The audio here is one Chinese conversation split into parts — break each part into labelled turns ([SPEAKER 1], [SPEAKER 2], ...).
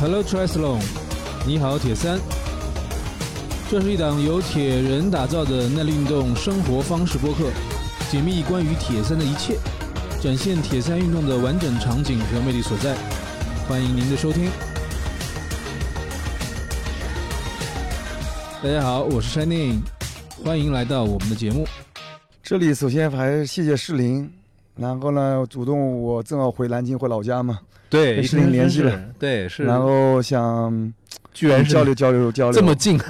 [SPEAKER 1] Hello Triathlon，你好铁三。这是一档由铁人打造的耐力运动生活方式播客，解密关于铁三的一切，展现铁三运动的完整场景和魅力所在。欢迎您的收听。大家好，我是 Shining，欢迎来到我们的节目。
[SPEAKER 2] 这里首先还是谢谢适龄，然后呢，主动我正好回南京回老家嘛，
[SPEAKER 1] 对
[SPEAKER 2] 跟石林联系了，
[SPEAKER 1] 对是，
[SPEAKER 2] 然后想
[SPEAKER 1] 居然是
[SPEAKER 2] 交流交流交流，
[SPEAKER 1] 这么近，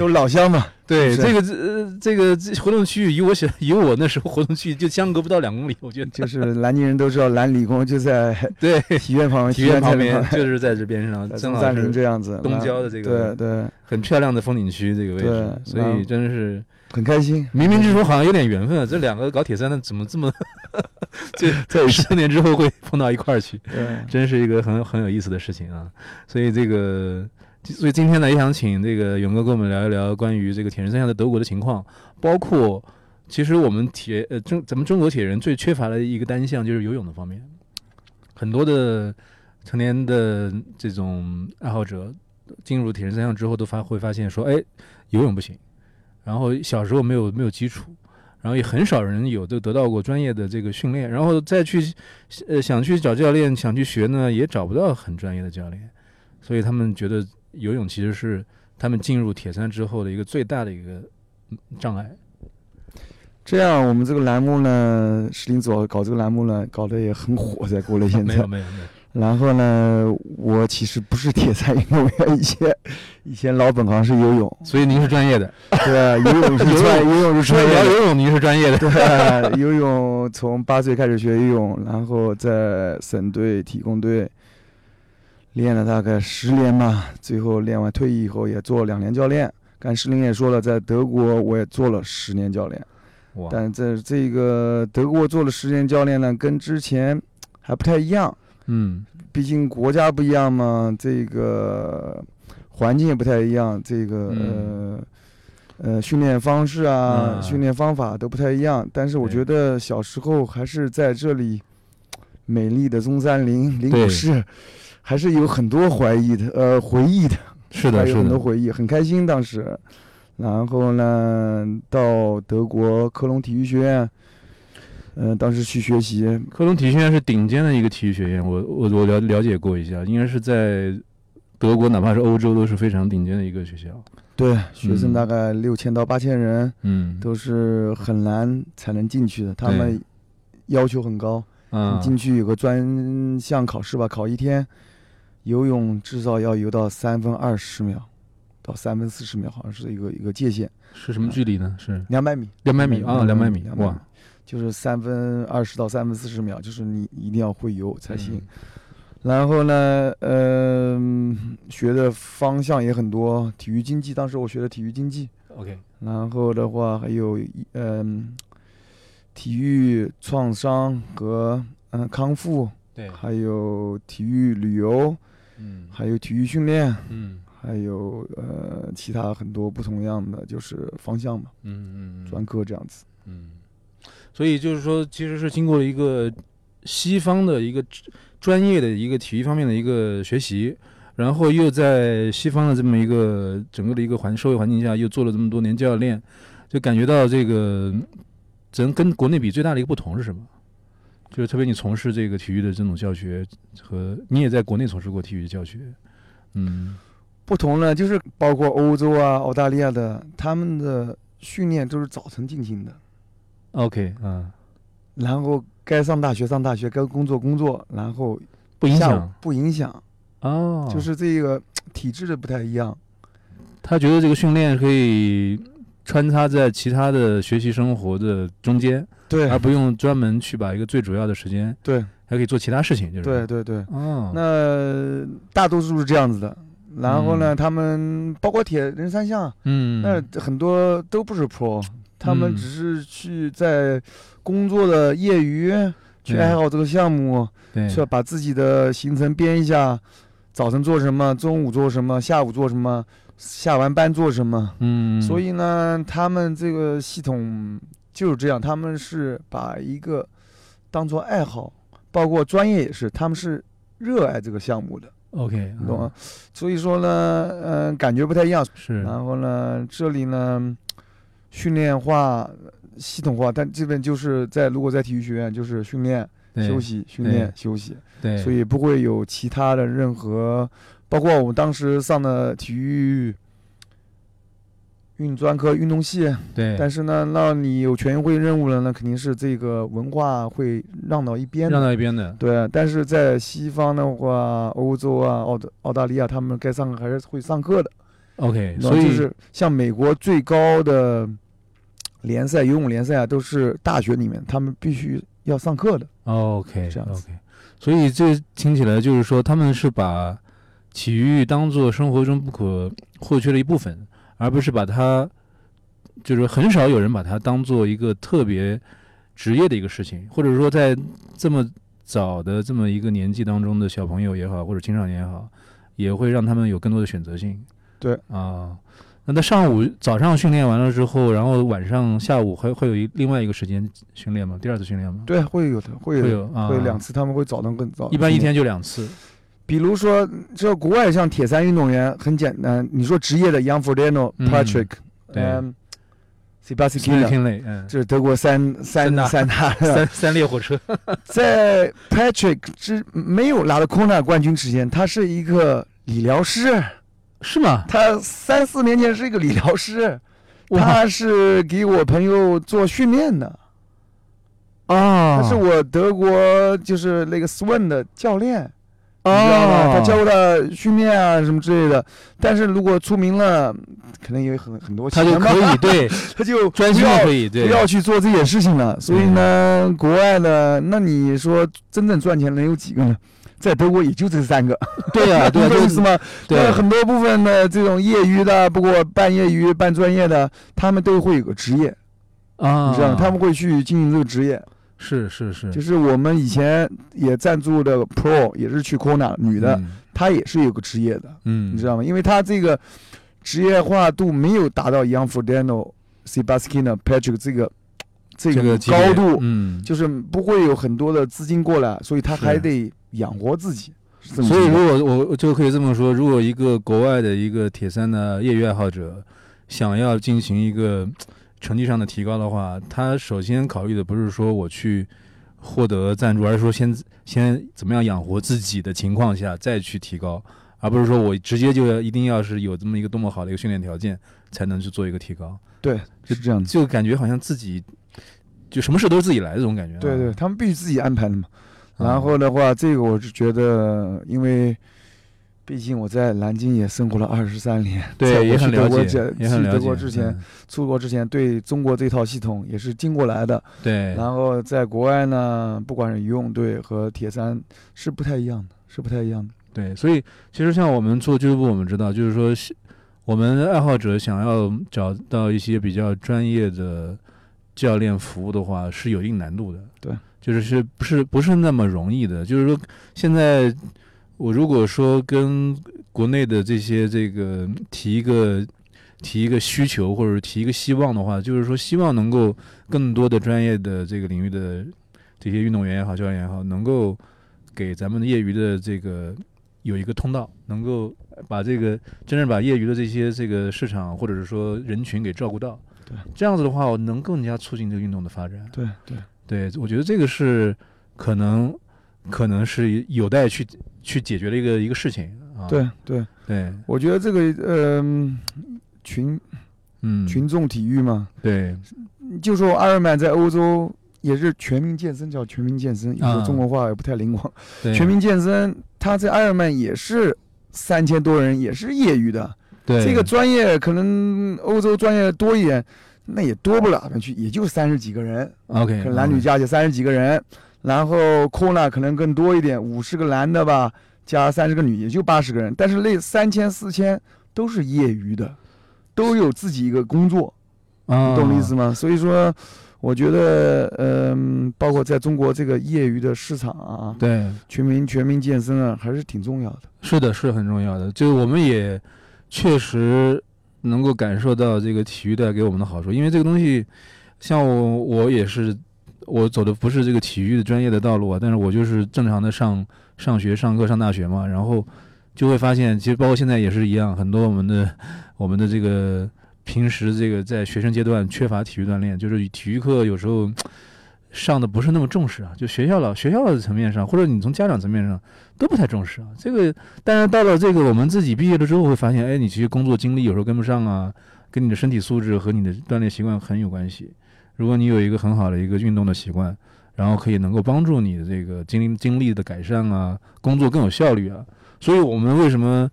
[SPEAKER 2] 都老乡嘛，
[SPEAKER 1] 对，
[SPEAKER 2] 是
[SPEAKER 1] 这个呃，这个这活动区域与我 想与我那时候活动区域就相隔不到两公里，我觉得。
[SPEAKER 2] 就是南京人都知道南理工就在
[SPEAKER 1] 对，
[SPEAKER 2] 体院旁边，
[SPEAKER 1] 体院旁边
[SPEAKER 2] 边
[SPEAKER 1] 就是在这 边上，正好
[SPEAKER 2] 占
[SPEAKER 1] 是
[SPEAKER 2] 林这样子，啊
[SPEAKER 1] 东郊的这
[SPEAKER 2] 对
[SPEAKER 1] 个
[SPEAKER 2] 对，
[SPEAKER 1] 很漂亮的风景区这个位置，
[SPEAKER 2] 对
[SPEAKER 1] 所
[SPEAKER 2] 然
[SPEAKER 1] 以
[SPEAKER 2] 后
[SPEAKER 1] 真是
[SPEAKER 2] 很开 心，
[SPEAKER 1] 冥冥之中好像有点缘分啊！这两个搞铁三的怎么这么 这在十年之后会碰到一块儿去？
[SPEAKER 2] 对，
[SPEAKER 1] 真是一个很很有意思的事情啊！所以这个，所以今天呢，也想请这个勇哥跟我们聊一聊关于这个铁人三项在德国的情况，包括其实我们铁呃中咱们中国铁人最缺乏的一个单项就是游泳的方面，很多的成年的这种爱好者进入铁人三项之后，都发会发现说，哎，游泳不行，然后小时候没有没有基础。然后也很少人有都得到过专业的这个训练，然后再去呃，想去找教练，想去学呢，也找不到很专业的教练，所以他们觉得游泳其实是他们进入铁三之后的一个最大的一个嗯障碍。
[SPEAKER 2] 这样我们这个栏目呢，石林组搞这个栏目呢，搞得也很火，在国内现
[SPEAKER 1] 没
[SPEAKER 2] 在
[SPEAKER 1] 有，没有没有，
[SPEAKER 2] 然后呢，我其实不是铁三运动员，以前以前老本行是游泳。
[SPEAKER 1] 所以您是专业的，
[SPEAKER 2] 对，游泳是专，游泳是
[SPEAKER 1] 说
[SPEAKER 2] 专业
[SPEAKER 1] 聊
[SPEAKER 2] 的。
[SPEAKER 1] 游泳您是专业的，
[SPEAKER 2] 对，游泳从八岁开始学游泳，然后在省队、体工队练了大概十年吧。最后练完退役以后，也做了两年教练。刚才石林也说了，在德国我也做了十年教练，
[SPEAKER 1] 哇，
[SPEAKER 2] 但在这个德国做了十年教练呢，跟之前还不太一样。
[SPEAKER 1] 嗯，
[SPEAKER 2] 毕竟国家不一样嘛，这个环境也不太一样，这个、
[SPEAKER 1] 嗯
[SPEAKER 2] 呃呃训练方式啊、
[SPEAKER 1] 嗯
[SPEAKER 2] 训练方法都不太一样。但是我
[SPEAKER 1] 对
[SPEAKER 2] 觉得小时候还是在这里，美丽的中山陵、灵
[SPEAKER 1] 对
[SPEAKER 2] 谷市，还是有很多怀疑的呃回忆的，
[SPEAKER 1] 是
[SPEAKER 2] 还
[SPEAKER 1] 的，
[SPEAKER 2] 有
[SPEAKER 1] 是
[SPEAKER 2] 很多
[SPEAKER 1] 的，
[SPEAKER 2] 回忆，很开心当时。然后呢，到德国科隆体育学院，嗯、当时去学习，
[SPEAKER 1] 科隆体育学院是顶尖的一个体育学院，我我我了了解过一下，应该是在德国哪怕是欧洲都是非常顶尖的一个学校，
[SPEAKER 2] 对，学生
[SPEAKER 1] 嗯
[SPEAKER 2] 大概六千到八千人，
[SPEAKER 1] 嗯，
[SPEAKER 2] 都是很难才能进去的，他
[SPEAKER 1] 对
[SPEAKER 2] 们要求很高，
[SPEAKER 1] 啊
[SPEAKER 2] 你，进去有个专项考试吧，考一天，游泳至少要游到三分二十秒，到三分四十秒，好像是一个一个界限，
[SPEAKER 1] 是什么距离呢？是
[SPEAKER 2] 两百米，
[SPEAKER 1] 两百米啊，两百米，
[SPEAKER 2] 200
[SPEAKER 1] 哇，
[SPEAKER 2] 就是三分二十到三分四十秒，就是你一定要会游才行。
[SPEAKER 1] 嗯
[SPEAKER 2] 然后呢，嗯、学的方向也很多，体育经济，当时我学的体育经济，
[SPEAKER 1] ，OK，
[SPEAKER 2] 然后的话还有一嗯、体育创伤和嗯康复，
[SPEAKER 1] 对，
[SPEAKER 2] 还有体育旅游，
[SPEAKER 1] 嗯
[SPEAKER 2] 还有体育训练，
[SPEAKER 1] 嗯
[SPEAKER 2] 还有呃其他很多不同样的就是方向嘛，
[SPEAKER 1] 嗯嗯
[SPEAKER 2] 专科这样子。
[SPEAKER 1] 嗯，所以就是说，其实是经过了一个西方的一个专业的一个体育方面的一个学习，然后又在西方的这么一个整个的一个环社会环境下，又做了这么多年教练，就感觉到这个，咱跟国内比最大的一个不同是什么？就是特别你从事这个体育的这种教学和你也在国内从事过体育教学，嗯，
[SPEAKER 2] 不同呢，就是包括欧洲啊、澳大利亚的，他们的训练都是早晨进行的，
[SPEAKER 1] OK 啊，
[SPEAKER 2] 然后该上大学上大学，该工作工作，然后
[SPEAKER 1] 不影
[SPEAKER 2] 下午
[SPEAKER 1] 响
[SPEAKER 2] 不影响，
[SPEAKER 1] 哦，
[SPEAKER 2] 就是这个体制的不太一样。
[SPEAKER 1] 他觉得这个训练可以穿插在其他的学习生活的中间，
[SPEAKER 2] 对
[SPEAKER 1] 而不用专门去把一个最主要的时间，
[SPEAKER 2] 对，
[SPEAKER 1] 还可以做其他事情，就是
[SPEAKER 2] 对，对对，
[SPEAKER 1] 哦，
[SPEAKER 2] 那大多数是这样子的。然后呢，他们包括铁人三项，啊
[SPEAKER 1] 嗯，
[SPEAKER 2] 那很多都不是 pro，他们
[SPEAKER 1] 嗯
[SPEAKER 2] 只是去在工作的业余去
[SPEAKER 1] 对
[SPEAKER 2] 爱好这个项目，
[SPEAKER 1] 对
[SPEAKER 2] 去把自己的行程编一下，早晨做什么，中午做什么，下午做什么，下完班做什么。
[SPEAKER 1] 嗯，
[SPEAKER 2] 所
[SPEAKER 1] 以
[SPEAKER 2] 以呢，他们这个系统就是这样，他们是把一个当做爱好，包括专业也是，他们是热爱这个项目的。
[SPEAKER 1] OK，
[SPEAKER 2] 你懂
[SPEAKER 1] 嗯
[SPEAKER 2] 吗？所以说呢，嗯、感觉不太一样。
[SPEAKER 1] 是，
[SPEAKER 2] 然后呢，这里呢，训练化、系统化，但基本就是在如果在体育学院就是训练、
[SPEAKER 1] 对
[SPEAKER 2] 休，息、训
[SPEAKER 1] 对
[SPEAKER 2] 练、休息，
[SPEAKER 1] 对，
[SPEAKER 2] 所以不会有其他的任何，包括我们当时上的体育运专科运动系，
[SPEAKER 1] 对，
[SPEAKER 2] 但是呢，那你有全运会任务了，那肯定是这个文化会让到一边
[SPEAKER 1] 让
[SPEAKER 2] 的。
[SPEAKER 1] 到一边的，
[SPEAKER 2] 对，但是在西方的话，欧洲啊、澳大澳大利亚，他们该上课还是会上课的。
[SPEAKER 1] OK，
[SPEAKER 2] 你知道
[SPEAKER 1] 所以
[SPEAKER 2] 就是像美国最高的联赛游泳联赛啊，都是大学里面他们必须要上课的。
[SPEAKER 1] 哦 OK
[SPEAKER 2] 这样子
[SPEAKER 1] OK，所以这听起来就是说他们是把体育当做生活中不可或缺的一部分，而不是把它就是很少有人把它当做一个特别职业的一个事情，或者说在这么早的这么一个年纪当中的小朋友也好，或者青少年也好，也会让他们有更多的选择性。
[SPEAKER 2] 对
[SPEAKER 1] 啊。那他上午早上训练完了之后，然后晚上下午还会有一另外一个时间训练吗？第二次训练吗？
[SPEAKER 2] 对，会有的，会有
[SPEAKER 1] 会
[SPEAKER 2] 的。
[SPEAKER 1] 有啊，
[SPEAKER 2] 会两次，他们会早上更早。
[SPEAKER 1] 一般一天就两次。
[SPEAKER 2] 比如说，这国外像铁三运动员很简单，你说职业的 Young Ferdinand、
[SPEAKER 1] 嗯
[SPEAKER 2] Patrick，
[SPEAKER 1] 对
[SPEAKER 2] 嗯 s e b a s t i a n
[SPEAKER 1] 听类，嗯，
[SPEAKER 2] 这是啊德国三三
[SPEAKER 1] 三大
[SPEAKER 2] 三大，
[SPEAKER 1] 三三列火车。
[SPEAKER 2] 在 Patrick 之没有拿到 Kona 冠军之前，他是一个理疗师，
[SPEAKER 1] 是吗？
[SPEAKER 2] 他三四年前是一个理疗师，
[SPEAKER 1] 哇
[SPEAKER 2] 他是给我朋友做训练的，他
[SPEAKER 1] 啊嗯
[SPEAKER 2] 是我德国就是那个 Swan 的教练。你知道
[SPEAKER 1] 哦
[SPEAKER 2] 吗？，他教过他训练啊什么之类的。但是如果出名了，可能也有很很多
[SPEAKER 1] 他
[SPEAKER 2] 钱
[SPEAKER 1] 就
[SPEAKER 2] 吧，
[SPEAKER 1] 可以对
[SPEAKER 2] 他就
[SPEAKER 1] 专心
[SPEAKER 2] 不
[SPEAKER 1] 的
[SPEAKER 2] 要
[SPEAKER 1] 可以对嗯
[SPEAKER 2] 不要去做这些事情了。所以呢，国外呢，那你说真正赚钱能有几个呢？在德国也就这三个，
[SPEAKER 1] 对 啊对啊
[SPEAKER 2] 你懂意思
[SPEAKER 1] 对
[SPEAKER 2] 吗？那
[SPEAKER 1] 对
[SPEAKER 2] 很多部分的这种业余的，不过半业余、半专业的，他们都会有个职业，
[SPEAKER 1] 啊，
[SPEAKER 2] 你知道吗？他们会去经营这个职业。
[SPEAKER 1] 是是是，
[SPEAKER 2] 就是我们以前也赞助的 Pro，也是去 Kona 女的，
[SPEAKER 1] 嗯
[SPEAKER 2] 她也是有个职业的。
[SPEAKER 1] 嗯，
[SPEAKER 2] 你知道吗？因为他这个职业化度没有达到 Young Ferdinand、Sebastian、Patrick 这个这
[SPEAKER 1] 这
[SPEAKER 2] 个
[SPEAKER 1] 个级别
[SPEAKER 2] 高度，
[SPEAKER 1] 嗯，
[SPEAKER 2] 就是不会有很多的资金过来，所以他
[SPEAKER 1] 是
[SPEAKER 2] 还得养活自己。是这么
[SPEAKER 1] 所
[SPEAKER 2] 说
[SPEAKER 1] 以如
[SPEAKER 2] 的
[SPEAKER 1] 果我我就可以这么说，如果一个国外的一个铁三的业余爱好者想要进行一个成绩上的提高的话，他首先考虑的不是说我去获得赞助，而是说先先怎么样养活自己的情况下再去提高，而不是说我直接就要一定要是有这么一个多么好的一个训练条件才能去做一个提高，
[SPEAKER 2] 对是这样子，
[SPEAKER 1] 就感觉好像自己就什么事都是自己来的这种感觉啊、
[SPEAKER 2] 对对，他们必须自己安排的嘛。
[SPEAKER 1] 嗯
[SPEAKER 2] 然后的话，这个我是觉得，因为毕竟我在南京也生活了二十三年，在我
[SPEAKER 1] 对也
[SPEAKER 2] 去
[SPEAKER 1] 很了
[SPEAKER 2] 德国
[SPEAKER 1] 解
[SPEAKER 2] 之，
[SPEAKER 1] 也很
[SPEAKER 2] 去
[SPEAKER 1] 了
[SPEAKER 2] 德
[SPEAKER 1] 解。
[SPEAKER 2] 国之前
[SPEAKER 1] 嗯
[SPEAKER 2] 出国之前对中国这套系统也是进过来的。
[SPEAKER 1] 对，
[SPEAKER 2] 然后在国外呢，不管是游泳队和铁三是不太一样的，是不太一样的。
[SPEAKER 1] 对，所以其实像我们做俱乐部，我们知道，就是说是，我们爱好者想要找到一些比较专业的教练服务的话，是有一定难度的。
[SPEAKER 2] 对，
[SPEAKER 1] 就是是不是不是那么容易的？就是说，现在我如果说跟国内的这些这个提一个提一个需求或者提一个希望的话，就是说希望能够更多的专业的这个领域的这些运动员也好，教练也好，能够给咱们业余的这个有一个通道，能够把这个真正把业余的这些这个市场或者是说人群给照顾到。
[SPEAKER 2] 对，
[SPEAKER 1] 这样子的话，我能更加促进这个运动的发展。
[SPEAKER 2] 对对，
[SPEAKER 1] 对，我觉得这个是可能可能是有待去去解决的一个一个事情啊。
[SPEAKER 2] 对对，
[SPEAKER 1] 对，
[SPEAKER 2] 我觉得这个嗯、群
[SPEAKER 1] 嗯，
[SPEAKER 2] 群众体育嘛，
[SPEAKER 1] 对
[SPEAKER 2] 就说艾尔曼在欧洲也是全民健身，叫全民健身，有时候
[SPEAKER 1] 啊
[SPEAKER 2] 中国话也不太灵光。
[SPEAKER 1] 对
[SPEAKER 2] 全民健身，他在艾尔曼也是三千多人，也是业余的。
[SPEAKER 1] 对
[SPEAKER 2] 这个专业可能欧洲专业多一点，那也多不了哪边去，也就三十几个人。啊
[SPEAKER 1] OK
[SPEAKER 2] 可能男女加起来三十几个人，然后 Kona 可能更多一点，五十个男的吧，加三十个女，也就八十个人。但是那三千四千都是业余的，都有自己一个工作，
[SPEAKER 1] 啊，
[SPEAKER 2] 你懂我意思吗？所以说，我觉得，嗯、包括在中国这个业余的市场啊，
[SPEAKER 1] 对。
[SPEAKER 2] 全民全民健身啊，还是挺重要的。
[SPEAKER 1] 是的，是很重要的。就是我们也确实能够感受到这个体育带给我们的好处，因为这个东西，像我我也是，我走的不是这个体育的专业的道路啊，但是我就是正常的上上学、上课、上大学嘛，然后就会发现，其实包括现在也是一样，很多我们的我们的这个平时这个在学生阶段缺乏体育锻炼，就是体育课有时候上的不是那么重视啊，就学校老学校的层面上，或者你从家长层面上都不太重视啊。这个当然到了这个我们自己毕业了之后，会发现，哎，你其实工作经历有时候跟不上啊，跟你的身体素质和你的锻炼习惯很有关系。如果你有一个很好的一个运动的习惯，然后可以能够帮助你的这个精精力的改善啊，工作更有效率啊。所以我们为什么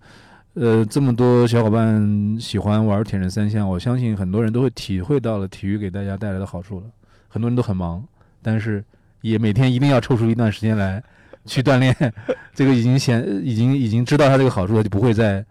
[SPEAKER 1] 呃这么多小伙伴喜欢玩铁人三项？我相信很多人都会体会到了体育给大家带来的好处了。很多人都很忙，但是也每天一定要抽出一段时间来去锻炼。 这个已经显已经已经知道它这个好处了，就不会再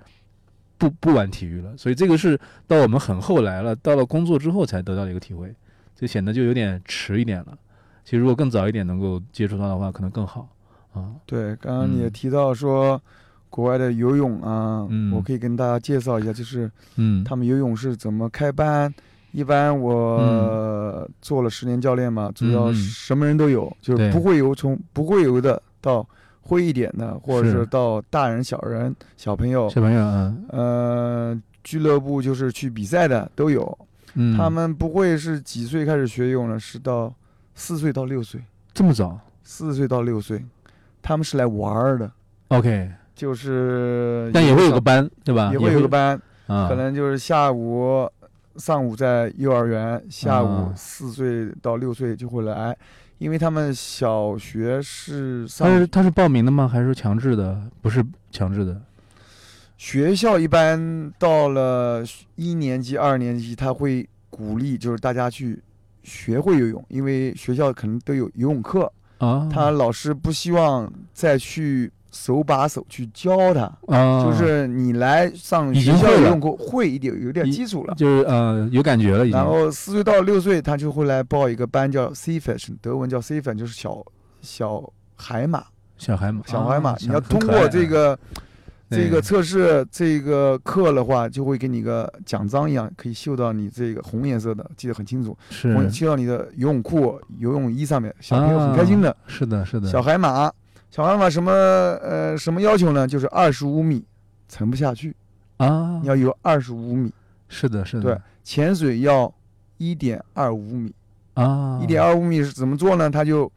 [SPEAKER 1] 不不玩体育了。所以这个是到我们很后来了，到了工作之后才得到的一个体会。就显得就有点迟一点了。其实如果更早一点能够接触到的话，可能更好啊。
[SPEAKER 2] 对，刚刚你也提到说，国外的游泳啊，
[SPEAKER 1] 嗯
[SPEAKER 2] 我可以跟大家介绍一下，就是
[SPEAKER 1] 嗯，
[SPEAKER 2] 他们游泳是怎么开班。一般我、做了十年教练嘛，主要
[SPEAKER 1] 嗯嗯
[SPEAKER 2] 什么人都有，就是
[SPEAKER 1] 对
[SPEAKER 2] 不会游从不会游的到会一点的，或者
[SPEAKER 1] 是
[SPEAKER 2] 是到大人、小人、小朋友，
[SPEAKER 1] 小朋友嗯
[SPEAKER 2] 呃，俱乐部就是去比赛的都有。
[SPEAKER 1] 嗯，
[SPEAKER 2] 他们不会是几岁开始学游泳呢？是到四岁到六岁，
[SPEAKER 1] 这么早
[SPEAKER 2] 四岁到六岁，他们是来玩儿的，
[SPEAKER 1] ，OK，
[SPEAKER 2] 就是
[SPEAKER 1] 但也会有
[SPEAKER 2] 小
[SPEAKER 1] 个班对吧？
[SPEAKER 2] 也会有个班，
[SPEAKER 1] 啊，
[SPEAKER 2] 可能就是下午、上午在幼儿园，下午
[SPEAKER 1] 啊
[SPEAKER 2] 四岁到六岁就会来，因为他们小学是上
[SPEAKER 1] 他是他是报名的吗？还是强制的？不是强制的。
[SPEAKER 2] 学校一般到了一年级、二年级，他会鼓励就是大家去学会游泳，因为学校可能都有游泳课，
[SPEAKER 1] 啊，
[SPEAKER 2] 他老师不希望再去手把手去教他。
[SPEAKER 1] 啊，
[SPEAKER 2] 就是你来上
[SPEAKER 1] 已
[SPEAKER 2] 学
[SPEAKER 1] 经
[SPEAKER 2] 校
[SPEAKER 1] 会
[SPEAKER 2] 游
[SPEAKER 1] 了
[SPEAKER 2] 泳课会一点，有点
[SPEAKER 1] 已
[SPEAKER 2] 基础了。
[SPEAKER 1] 就是呃有感觉了已经
[SPEAKER 2] 然。后四岁到六岁，他就会来报一个班，叫 C f i s h 德文叫 C f i s h 就是小小海马，
[SPEAKER 1] 啊小海马，
[SPEAKER 2] 小海马。
[SPEAKER 1] 啊
[SPEAKER 2] 你要
[SPEAKER 1] 很
[SPEAKER 2] 通
[SPEAKER 1] 可爱
[SPEAKER 2] 过
[SPEAKER 1] 啊
[SPEAKER 2] 这个、这个
[SPEAKER 1] 对
[SPEAKER 2] 测试这个课的话，就会给你个奖章一样，可以绣到你这个红颜色的，记得很清楚，红
[SPEAKER 1] 是啊
[SPEAKER 2] 绣到你的游泳裤、游泳衣上面。小朋友很开心的。
[SPEAKER 1] 是的是的，
[SPEAKER 2] 小海马，小海马什么呃什么要求呢？就是二十五米沉不下去，
[SPEAKER 1] 啊
[SPEAKER 2] 你，要游二十五米，
[SPEAKER 1] 是的是
[SPEAKER 2] 对
[SPEAKER 1] 的，
[SPEAKER 2] 潜水要一点二五米。
[SPEAKER 1] 啊，
[SPEAKER 2] 一点二五米是怎么做呢？他就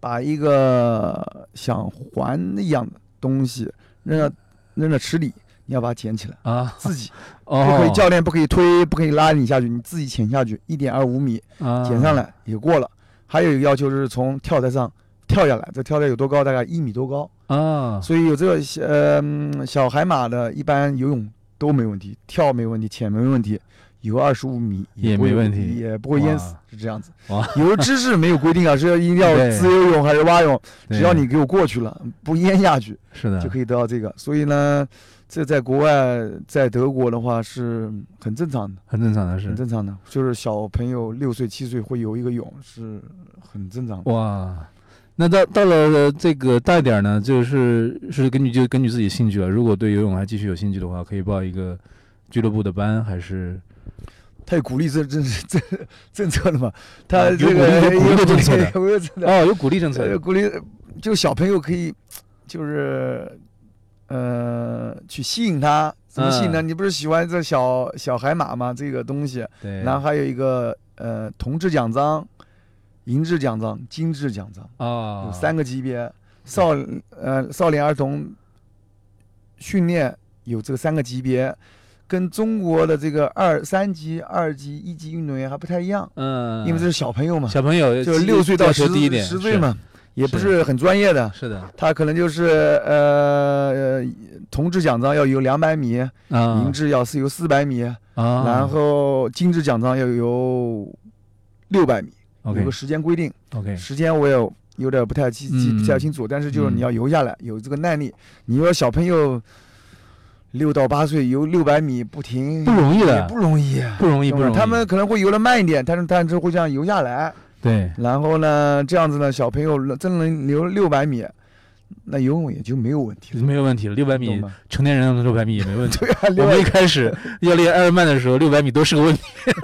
[SPEAKER 2] 把一个像环一样的东西扔到扔到池里，你要把它捡起来，
[SPEAKER 1] 啊，
[SPEAKER 2] 自己不
[SPEAKER 1] 哦，
[SPEAKER 2] 可以教练不可以推，不可以拉你下去，你自己潜下去，一点二五米
[SPEAKER 1] 啊
[SPEAKER 2] 捡上来也过了。还有一个要求就是从跳台上跳下来，这跳台有多高？大概一米多高。
[SPEAKER 1] 啊，
[SPEAKER 2] 所以有这个小呃嗯小海马的，一般游泳都没问题，跳没问题，潜没问题，游二十五米
[SPEAKER 1] 也
[SPEAKER 2] 不会
[SPEAKER 1] 没问题
[SPEAKER 2] 也不会淹死
[SPEAKER 1] 哇，
[SPEAKER 2] 是这样子
[SPEAKER 1] 哇。
[SPEAKER 2] 游知识没有规定啊，是一定要
[SPEAKER 1] 对
[SPEAKER 2] 自由泳还是蛙泳，只要
[SPEAKER 1] 对嗯
[SPEAKER 2] 你给我过去了，不淹下去
[SPEAKER 1] 是的
[SPEAKER 2] 就可以得到这个。所以呢，这在国外，在德国的话是很正常的，
[SPEAKER 1] 很正常的事
[SPEAKER 2] 很。正常的，就是小朋友六岁七岁会游一个泳是很正常的。
[SPEAKER 1] 哇，那到到了呃这个大一点儿呢，就是是根据就根据自己兴趣了。如果对游泳还继续有兴趣的话，可以报一个俱乐部的班，还是
[SPEAKER 2] 他有鼓励这这这政策的嘛？他
[SPEAKER 1] 有
[SPEAKER 2] 这
[SPEAKER 1] 鼓励
[SPEAKER 2] 个
[SPEAKER 1] 呃有鼓励的政策的
[SPEAKER 2] 有有政策。
[SPEAKER 1] 哦，有鼓励政策
[SPEAKER 2] 呃，鼓励就小朋友可以，就是，呃，去吸引他，怎么吸引他？
[SPEAKER 1] 嗯
[SPEAKER 2] 你不是喜欢这小小海马吗？这个东西，
[SPEAKER 1] 对
[SPEAKER 2] 然后还有一个呃铜质奖章、银质奖章、金质奖章，
[SPEAKER 1] 啊，
[SPEAKER 2] 有三个级别。少呃少年儿童训练有这个三个级别，跟中国的这个二三级、二级、一级运动员还不太一样，
[SPEAKER 1] 嗯，
[SPEAKER 2] 因为这是小朋友嘛，
[SPEAKER 1] 小朋友
[SPEAKER 2] 就是
[SPEAKER 1] 基
[SPEAKER 2] 六岁到
[SPEAKER 1] 要
[SPEAKER 2] 十
[SPEAKER 1] 求低一点
[SPEAKER 2] 十岁，嘛，也不是很专业的，
[SPEAKER 1] 是是的
[SPEAKER 2] 他可能就是呃，呃铜质奖章要游两百米，
[SPEAKER 1] 啊，
[SPEAKER 2] 银质要是游四百米，
[SPEAKER 1] 啊，
[SPEAKER 2] 然后金质奖章要游六百米，有
[SPEAKER 1] OK
[SPEAKER 2] 个时间规定，
[SPEAKER 1] OK
[SPEAKER 2] 时间我也有点不太记记
[SPEAKER 1] 嗯
[SPEAKER 2] 不太清楚，但是就是你
[SPEAKER 1] 嗯
[SPEAKER 2] 要游下来，有这个耐力。你说小朋友六到八岁游六百米不停，
[SPEAKER 1] 不容易
[SPEAKER 2] 也
[SPEAKER 1] 的，
[SPEAKER 2] 不容易。啊
[SPEAKER 1] 不容易不容易，
[SPEAKER 2] 他们可能会游的慢一点，但是但是会这样游下来。
[SPEAKER 1] 对
[SPEAKER 2] 然后呢，这样子呢，小朋友真能游六百米，那游泳也就没有问题了。
[SPEAKER 1] 没有问题了，六百
[SPEAKER 2] 懂
[SPEAKER 1] 米
[SPEAKER 2] 吗？
[SPEAKER 1] 成年人六百米也没问题。
[SPEAKER 2] 对啊，
[SPEAKER 1] 我
[SPEAKER 2] 六
[SPEAKER 1] 们一
[SPEAKER 2] 百
[SPEAKER 1] 开始要练艾尔曼的时候，六百米都是个问题，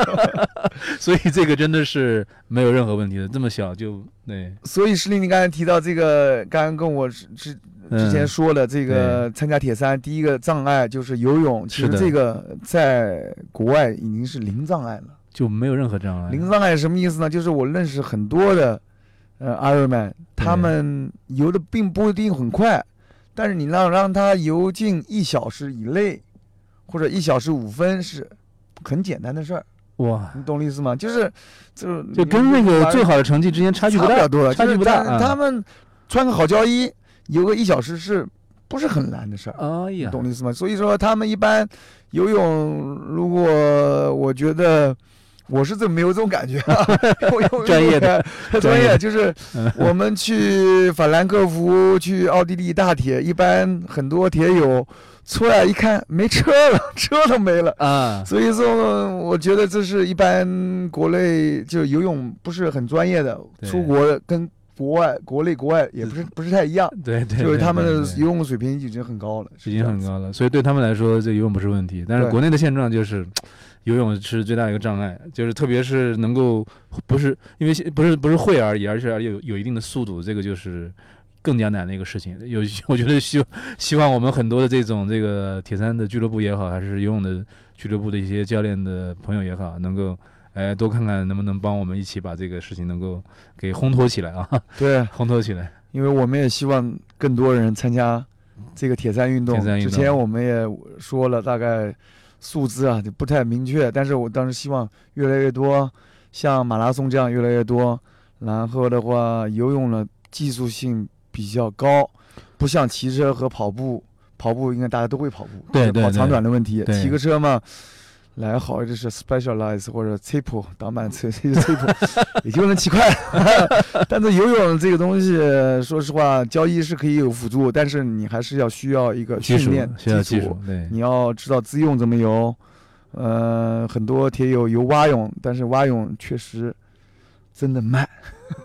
[SPEAKER 1] 所以这个真的是没有任何问题的。这么小就对
[SPEAKER 2] 所以石林，你刚才提到这个，刚刚跟我是是之前
[SPEAKER 1] 嗯
[SPEAKER 2] 说的这个参加铁三，第一个障碍就是游泳，其
[SPEAKER 1] 是
[SPEAKER 2] 实
[SPEAKER 1] 的
[SPEAKER 2] 这个在国外已经是零障碍了。
[SPEAKER 1] 就没有任何障碍。
[SPEAKER 2] 零障碍是什么意思呢？就是我认识很多的呃 Ironman，他们游的并不一定很快，但是你让让他游进一小时以内，或者一小时五分是很简单的事儿，
[SPEAKER 1] 哇，
[SPEAKER 2] 你懂我意思吗？就是就是
[SPEAKER 1] 就跟那个最
[SPEAKER 2] 好
[SPEAKER 1] 好的成绩之间差距不
[SPEAKER 2] 不
[SPEAKER 1] 大
[SPEAKER 2] 了。多了，
[SPEAKER 1] 差距
[SPEAKER 2] 就是
[SPEAKER 1] 不大
[SPEAKER 2] 他
[SPEAKER 1] 啊
[SPEAKER 2] 他们穿个好胶衣，游个一小时是不是很难的事儿？
[SPEAKER 1] 哎
[SPEAKER 2] 你
[SPEAKER 1] 呀，
[SPEAKER 2] 嗯懂我意思吗？所以说他们一般游泳，如果我觉得我是怎么没有这种感觉啊？ 我游泳
[SPEAKER 1] 专业的，专
[SPEAKER 2] 专
[SPEAKER 1] 业
[SPEAKER 2] 业
[SPEAKER 1] 的
[SPEAKER 2] 就是
[SPEAKER 1] 嗯
[SPEAKER 2] 我们去法兰克福、去奥地利大铁，一般很多铁友出来一看没车了，车都没了。
[SPEAKER 1] 啊，
[SPEAKER 2] 所以说，我觉得这是一般国内就游泳不是很专业的，
[SPEAKER 1] 对
[SPEAKER 2] 出国跟国外、国内、国外也不是不是太一样，
[SPEAKER 1] 对对，
[SPEAKER 2] 就是
[SPEAKER 1] 对
[SPEAKER 2] 他们
[SPEAKER 1] 对
[SPEAKER 2] 的
[SPEAKER 1] 对
[SPEAKER 2] 游泳水平已经很高了，是
[SPEAKER 1] 已
[SPEAKER 2] 这
[SPEAKER 1] 经
[SPEAKER 2] 样
[SPEAKER 1] 很
[SPEAKER 2] 子
[SPEAKER 1] 高了，所以对他们来说，这游泳不是问题。但是
[SPEAKER 2] 对
[SPEAKER 1] 国内的现状就是，游泳是最大一个障碍，就是特别是能够不是因为现不是不是会而已，而是而有有一定的速度，这个就是更加难的一个事情。有我觉得希望希望我们很多的这种这个铁三的俱乐部也好，还是游泳的俱乐部的一些教练的朋友也好，能够。哎，多看看能不能帮我们一起把这个事情能够给烘托起来啊，
[SPEAKER 2] 对，
[SPEAKER 1] 烘托起来。
[SPEAKER 2] 因为我们也希望更多人参加这个铁三运动。
[SPEAKER 1] 铁三运动
[SPEAKER 2] 之前我们也说了大概数字啊，就不太明确，但是我当时希望越来越多，像马拉松这样越来越多。然后的话，游泳呢技术性比较高，不像骑车和跑步，跑步应该大家都会跑步，
[SPEAKER 1] 对
[SPEAKER 2] 就
[SPEAKER 1] 对
[SPEAKER 2] 跑长
[SPEAKER 1] 对
[SPEAKER 2] 短的问题。
[SPEAKER 1] 对
[SPEAKER 2] 骑个车嘛。来好一点是 Specialized 或者 Triple 挡板车 Triple，也就能骑快。 但是游泳这个东西，说实话，交易是可以有辅助，但是你还是要需要一个
[SPEAKER 1] 技
[SPEAKER 2] 训
[SPEAKER 1] 术
[SPEAKER 2] 练
[SPEAKER 1] 需要
[SPEAKER 2] 基
[SPEAKER 1] 技
[SPEAKER 2] 础
[SPEAKER 1] 术，，对，
[SPEAKER 2] 你要知道自用怎么游。呃，很多铁友游蛙泳，但是蛙泳确实真的慢，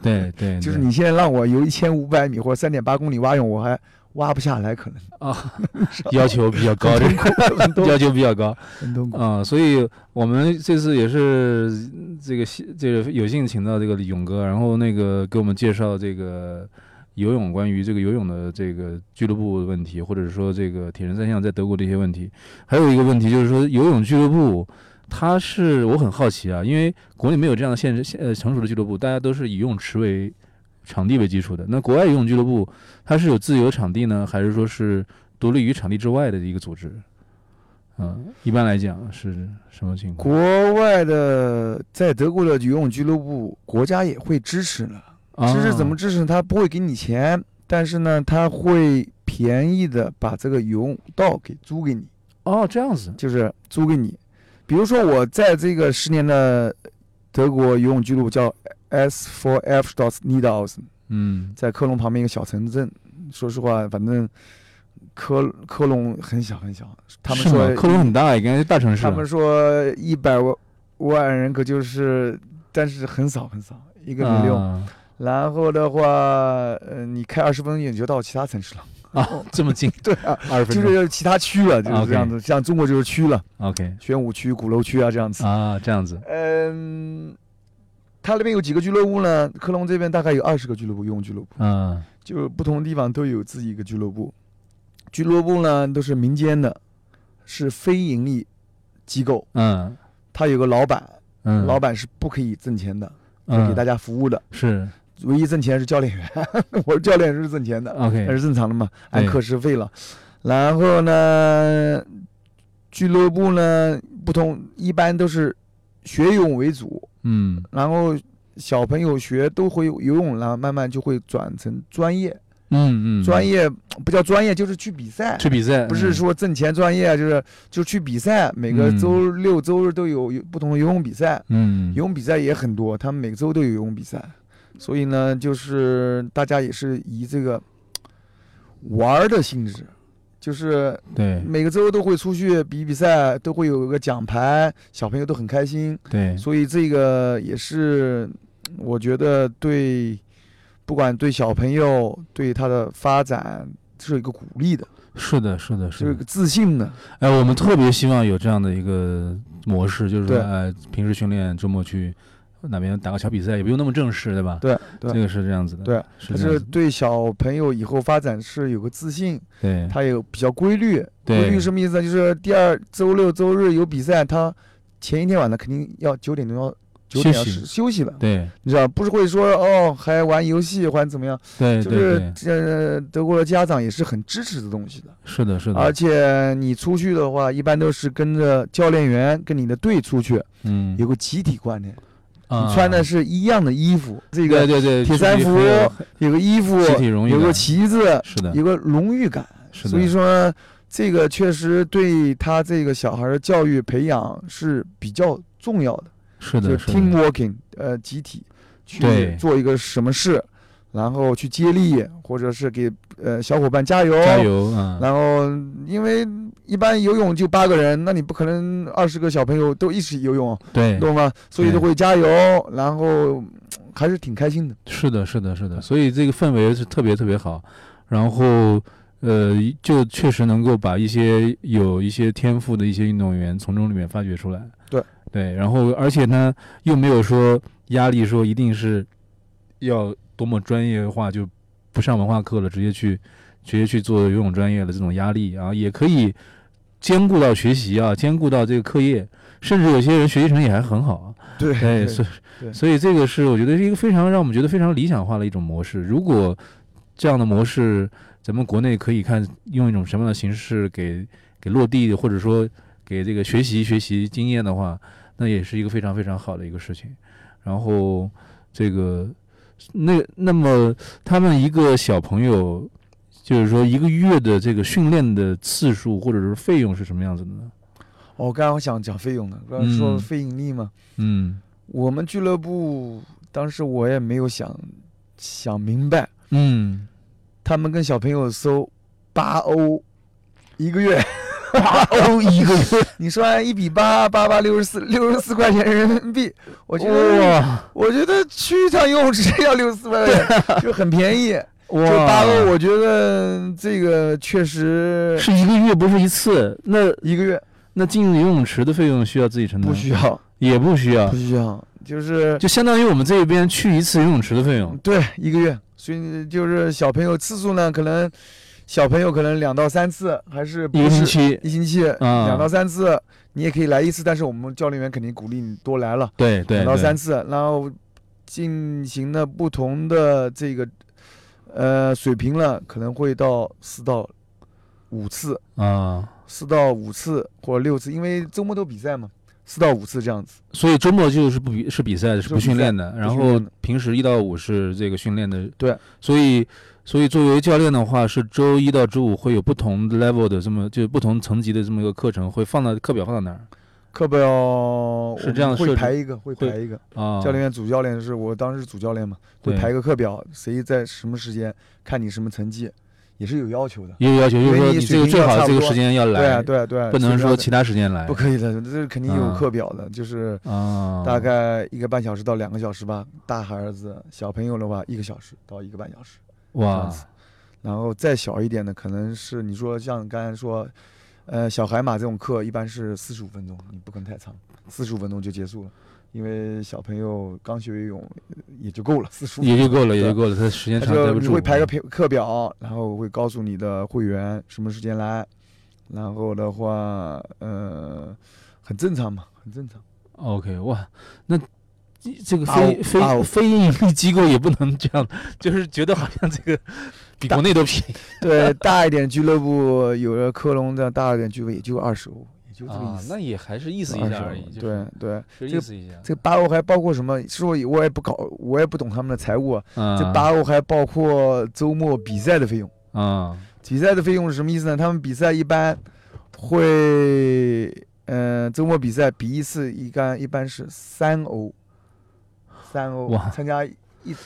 [SPEAKER 1] 对对，
[SPEAKER 2] 就是
[SPEAKER 1] 对
[SPEAKER 2] 你现在让我游一千五百米或者三点八公里蛙泳，我还蛙不下来，可能
[SPEAKER 1] 啊， 要求比较高，这个要求比较高
[SPEAKER 2] 很痛苦。
[SPEAKER 1] 啊、所以我们这次也是嗯这个幸这个有幸请到这个李勇哥，然后那个给我们介绍这个游泳关于这个游泳的这个俱乐部的问题，或者是说这个铁人三项在德国的一些问题，还有一个问题就是说游泳俱乐部。它是我很好奇啊，因为国内没有这样的现实现呃成熟的俱乐部，大家都是以游泳池为场地为基础的。那国外游泳俱乐部，它是有自由场地呢，还是说是独立于场地之外的一个组织？嗯，一般来讲是什么情况？
[SPEAKER 2] 国外的在德国的游泳俱乐部，国家也会支持呢。
[SPEAKER 1] 啊
[SPEAKER 2] 支持怎么支持？他不会给你钱，但是呢，他会便宜的把这个游泳道给租给你，
[SPEAKER 1] 哦，这样子
[SPEAKER 2] 就是租给你。比如说我在这个十年的德国游泳俱乐部叫 S for F s t o s n i d a u s
[SPEAKER 1] 嗯
[SPEAKER 2] 在科隆旁边一个小城镇。说实话，反正科科隆很小很小，他们
[SPEAKER 1] 是吗
[SPEAKER 2] 说
[SPEAKER 1] 科隆很大，也跟大城市
[SPEAKER 2] 他
[SPEAKER 1] 啊
[SPEAKER 2] 们说一百万万人口就是，但是很少很少，一个 million。
[SPEAKER 1] 啊
[SPEAKER 2] 然后的话，呃，你开二十分钟也就到其他城 市了，
[SPEAKER 1] 啊这 么近
[SPEAKER 2] 对啊，
[SPEAKER 1] 二十
[SPEAKER 2] 就
[SPEAKER 1] 分钟
[SPEAKER 2] 是其他区了，就是这样子。像中国就是区了，
[SPEAKER 1] ，OK
[SPEAKER 2] 玄武区、鼓楼区啊这样子。
[SPEAKER 1] 啊，这样子
[SPEAKER 2] 嗯，他那边有几个俱乐部呢？科隆这边大概有二十个俱乐部，游泳俱乐部，
[SPEAKER 1] 啊
[SPEAKER 2] 就不同地方都有自己一个俱乐部。俱乐部呢都是民间的，是非盈利机构，
[SPEAKER 1] 嗯
[SPEAKER 2] 它有个老板，
[SPEAKER 1] 嗯，
[SPEAKER 2] 老板是不可以挣钱的，
[SPEAKER 1] 嗯
[SPEAKER 2] 是给大家服务的。
[SPEAKER 1] 是
[SPEAKER 2] 唯一挣钱是教练员， 我是教练是挣钱的。那
[SPEAKER 1] OK
[SPEAKER 2] 是正常的嘛，按
[SPEAKER 1] 对
[SPEAKER 2] 课时费了。然后呢，俱乐部呢不同，一般都是学游泳为主，
[SPEAKER 1] 嗯
[SPEAKER 2] 然后小朋友学都会游泳，然后慢慢就会转成专业。
[SPEAKER 1] 嗯嗯，
[SPEAKER 2] 专业不叫专业，就是去比赛，
[SPEAKER 1] 去比赛
[SPEAKER 2] 不是
[SPEAKER 1] 嗯
[SPEAKER 2] 说挣钱专业，啊就是就去比赛。每个
[SPEAKER 1] 嗯
[SPEAKER 2] 周六周日都有有不同的游泳比赛，
[SPEAKER 1] 嗯
[SPEAKER 2] 游泳比赛也很多，他们每周都有游泳比赛，所以呢，就是大家也是以这个玩儿的性质，就是
[SPEAKER 1] 对
[SPEAKER 2] 每个周都会出去比比赛，都会有一个奖牌，小朋友都很开心，
[SPEAKER 1] 对
[SPEAKER 2] 所以这个也是我觉得对，不管对小朋友对他的发展是一个鼓励的，
[SPEAKER 1] 是的是的是
[SPEAKER 2] 是
[SPEAKER 1] 的
[SPEAKER 2] 一个自信的，
[SPEAKER 1] 哎，我们特别希望有这样的一个模式，就是说，
[SPEAKER 2] 对
[SPEAKER 1] 哎，平时训练，周末去哪边打个小比赛，也不用那么正式，对吧？
[SPEAKER 2] 对对
[SPEAKER 1] 啊这个是这样子的。
[SPEAKER 2] 对，
[SPEAKER 1] 是
[SPEAKER 2] 他
[SPEAKER 1] 这样
[SPEAKER 2] 是
[SPEAKER 1] 子
[SPEAKER 2] 对小朋友以后发展是有个自信，
[SPEAKER 1] 对
[SPEAKER 2] 他也比较规律。
[SPEAKER 1] 对
[SPEAKER 2] 规律什么意思呢？就是第二周六周日有比赛，他前一天晚上肯定要九点钟要九点要
[SPEAKER 1] 休息
[SPEAKER 2] 是休息了，
[SPEAKER 1] 对
[SPEAKER 2] 你知道不是会说哦还玩游戏还怎么样？
[SPEAKER 1] 对
[SPEAKER 2] 就
[SPEAKER 1] 对
[SPEAKER 2] 是
[SPEAKER 1] 对，
[SPEAKER 2] 呃德国的家长也是很支持这东西的，
[SPEAKER 1] 是的，是
[SPEAKER 2] 而
[SPEAKER 1] 的，
[SPEAKER 2] 且你出去的话一般都是跟着教练员跟你的队出去，
[SPEAKER 1] 嗯，
[SPEAKER 2] 有个集体观念，
[SPEAKER 1] 啊
[SPEAKER 2] 你穿的是一样的衣服，这个
[SPEAKER 1] 对对对
[SPEAKER 2] 铁
[SPEAKER 1] 是
[SPEAKER 2] 三
[SPEAKER 1] 一
[SPEAKER 2] 服
[SPEAKER 1] 个
[SPEAKER 2] 有个衣服，
[SPEAKER 1] 集体荣誉
[SPEAKER 2] 有个
[SPEAKER 1] 感
[SPEAKER 2] 旗子，
[SPEAKER 1] 是的，
[SPEAKER 2] 有个荣誉感。
[SPEAKER 1] 是的，
[SPEAKER 2] 所以说，这个确实对他这个小孩的教育培养是比较重要的，
[SPEAKER 1] 是
[SPEAKER 2] 就
[SPEAKER 1] 的，是
[SPEAKER 2] team
[SPEAKER 1] 的，
[SPEAKER 2] working，呃，集体去
[SPEAKER 1] 对
[SPEAKER 2] 做一个什么事，然后去接力，或者是给呃小伙伴加油。
[SPEAKER 1] 加油啊！
[SPEAKER 2] 然后，因为一般游泳就八个人，那你不可能二十个小朋友都一起游泳，
[SPEAKER 1] 对，
[SPEAKER 2] 懂吗？所以都
[SPEAKER 1] 对
[SPEAKER 2] 会加油，然后嗯还是挺开心的。
[SPEAKER 1] 是的，是的，是的，所以这个氛围是特别特别好，然后呃，就确实能够把一些有一些天赋的一些运动员从中里面发掘出来。
[SPEAKER 2] 对
[SPEAKER 1] 对，然后而且呢，又没有说压力，说一定是要多么专业化，就不上文化课了，直接去直接去做游泳专业的这种压力啊，也可以兼顾到学习啊，兼顾到这个课业，甚至有些人学习成绩还很好啊。
[SPEAKER 2] 对
[SPEAKER 1] 对，所
[SPEAKER 2] 对
[SPEAKER 1] 以所以这个是我觉得是一个非常让我们觉得非常理想化的一种模式。如果这样的模式，咱们国内可以看用一种什么样的形式给给落地，或者说给这个学习学习经验的话，那也是一个非常非常好的一个事情。然后这个那那么他们一个小朋友。就是说，一个月的这个训练的次数或者是费用是什么样子的呢？
[SPEAKER 2] 我哦刚刚想讲费用的，刚刚说
[SPEAKER 1] 嗯
[SPEAKER 2] 非盈利嘛，
[SPEAKER 1] 嗯
[SPEAKER 2] 我们俱乐部当时我也没有想想明白，
[SPEAKER 1] 嗯，
[SPEAKER 2] 他们跟小朋友收八欧一个月，
[SPEAKER 1] 八欧一个月，
[SPEAKER 2] 你说按一比八，八八六十四，六十四块钱人民币，我觉得、
[SPEAKER 1] 哇
[SPEAKER 2] 我觉得去一趟游泳池 要六十四块钱，就很便宜。
[SPEAKER 1] 哇，
[SPEAKER 2] 就八欧，我觉得这个确实
[SPEAKER 1] 是一个月，不是一次。那
[SPEAKER 2] 一个月
[SPEAKER 1] 那进游泳池的费用需要自己承担？
[SPEAKER 2] 不需，要，
[SPEAKER 1] 也不需要
[SPEAKER 2] 不，需要，就是
[SPEAKER 1] 就相当于我们这边去一次游泳池的费用。
[SPEAKER 2] 对，一个月，所以就是小朋友次数呢，可能小朋友可能两到三次，还是不
[SPEAKER 1] 一个
[SPEAKER 2] 是
[SPEAKER 1] 星期，
[SPEAKER 2] 一星期嗯
[SPEAKER 1] 啊
[SPEAKER 2] 两到三次，你也可以来一次，但是我们教练员肯定鼓励你多来了，
[SPEAKER 1] 对对，
[SPEAKER 2] 两到
[SPEAKER 1] 对
[SPEAKER 2] 三，次，然后进行的不同的这个呃水平了，可能会到四到五次，
[SPEAKER 1] 啊，
[SPEAKER 2] 四到五次或者六次，因为周末都比赛嘛，四到五次这样子。
[SPEAKER 1] 所以周末就是不比是比赛是
[SPEAKER 2] 是
[SPEAKER 1] 不
[SPEAKER 2] 比
[SPEAKER 1] 训
[SPEAKER 2] 赛
[SPEAKER 1] 练的，然
[SPEAKER 2] 训
[SPEAKER 1] 后
[SPEAKER 2] 练的
[SPEAKER 1] 平时一到五是这个训练的。
[SPEAKER 2] 对，
[SPEAKER 1] 所以所以作为教练的话，是周一到周五会有不同 level 的这么就不同层级的这么一个课程，会放到课表放到哪儿
[SPEAKER 2] 课表我
[SPEAKER 1] 是
[SPEAKER 2] 们
[SPEAKER 1] 这样设
[SPEAKER 2] 会
[SPEAKER 1] 置
[SPEAKER 2] 排一个，会
[SPEAKER 1] 会
[SPEAKER 2] 排一个。
[SPEAKER 1] 啊？
[SPEAKER 2] 教练员、主教练是我当时主教练嘛，会
[SPEAKER 1] 对
[SPEAKER 2] 排个课表，谁在什么时间看你什么成绩，也是有要求的。
[SPEAKER 1] 也有要求，就是
[SPEAKER 2] 因为
[SPEAKER 1] 说
[SPEAKER 2] 你
[SPEAKER 1] 你
[SPEAKER 2] 水
[SPEAKER 1] 这个
[SPEAKER 2] 平
[SPEAKER 1] 最
[SPEAKER 2] 要差不
[SPEAKER 1] 好这个
[SPEAKER 2] 多
[SPEAKER 1] 时间要
[SPEAKER 2] 对啊
[SPEAKER 1] 来，
[SPEAKER 2] 对啊对啊，
[SPEAKER 1] 不能
[SPEAKER 2] 是这
[SPEAKER 1] 说
[SPEAKER 2] 样的
[SPEAKER 1] 其他时间来
[SPEAKER 2] 不。可以的， 这是肯定有
[SPEAKER 1] 啊
[SPEAKER 2] 课表的，就是
[SPEAKER 1] 啊，
[SPEAKER 2] 大概一个半小时到两个小时吧。大孩子、小朋友的话，一个小时到一个半小时。这样
[SPEAKER 1] 哇
[SPEAKER 2] 子，然后再小一点的，可能是你说像刚才说，呃，小海马这种课一般是四十五分钟，你不可能太长，四十五分钟就结束了，因为小朋友刚学游泳呃也就够了，四十五
[SPEAKER 1] 也就够了，也
[SPEAKER 2] 对
[SPEAKER 1] 就够了，他时间
[SPEAKER 2] 他
[SPEAKER 1] 长待
[SPEAKER 2] 就
[SPEAKER 1] 不
[SPEAKER 2] 你
[SPEAKER 1] 住。嗯
[SPEAKER 2] 会排个课课表，然后会告诉你的会员什么时间来，然后的话，呃，很正常嘛，很正 常。
[SPEAKER 1] OK，哇，那这这个
[SPEAKER 2] 八
[SPEAKER 1] 非
[SPEAKER 2] 欧八欧
[SPEAKER 1] 非非盈利机构也不能这样，就是觉得好像这 个比国内都便宜
[SPEAKER 2] 对，大一点俱乐部有的科隆的大一点俱乐部也就二十欧，也就这个意
[SPEAKER 1] 啊，
[SPEAKER 2] 思。
[SPEAKER 1] 那也还是意思一
[SPEAKER 2] 20
[SPEAKER 1] 下
[SPEAKER 2] 欧
[SPEAKER 1] 而已，啊就是
[SPEAKER 2] 对对，
[SPEAKER 1] 就
[SPEAKER 2] 这
[SPEAKER 1] 意思一下。
[SPEAKER 2] 这八欧还包括什么？是我我也不搞，我也不懂他们的财务啊。这
[SPEAKER 1] 这
[SPEAKER 2] 八欧还包括周末比赛的费用。
[SPEAKER 1] 啊，
[SPEAKER 2] 比赛的费用是什么意思呢？他们比赛一般会，呃，周末比赛比一次一般一般是三欧，三欧
[SPEAKER 1] 哇
[SPEAKER 2] 参加一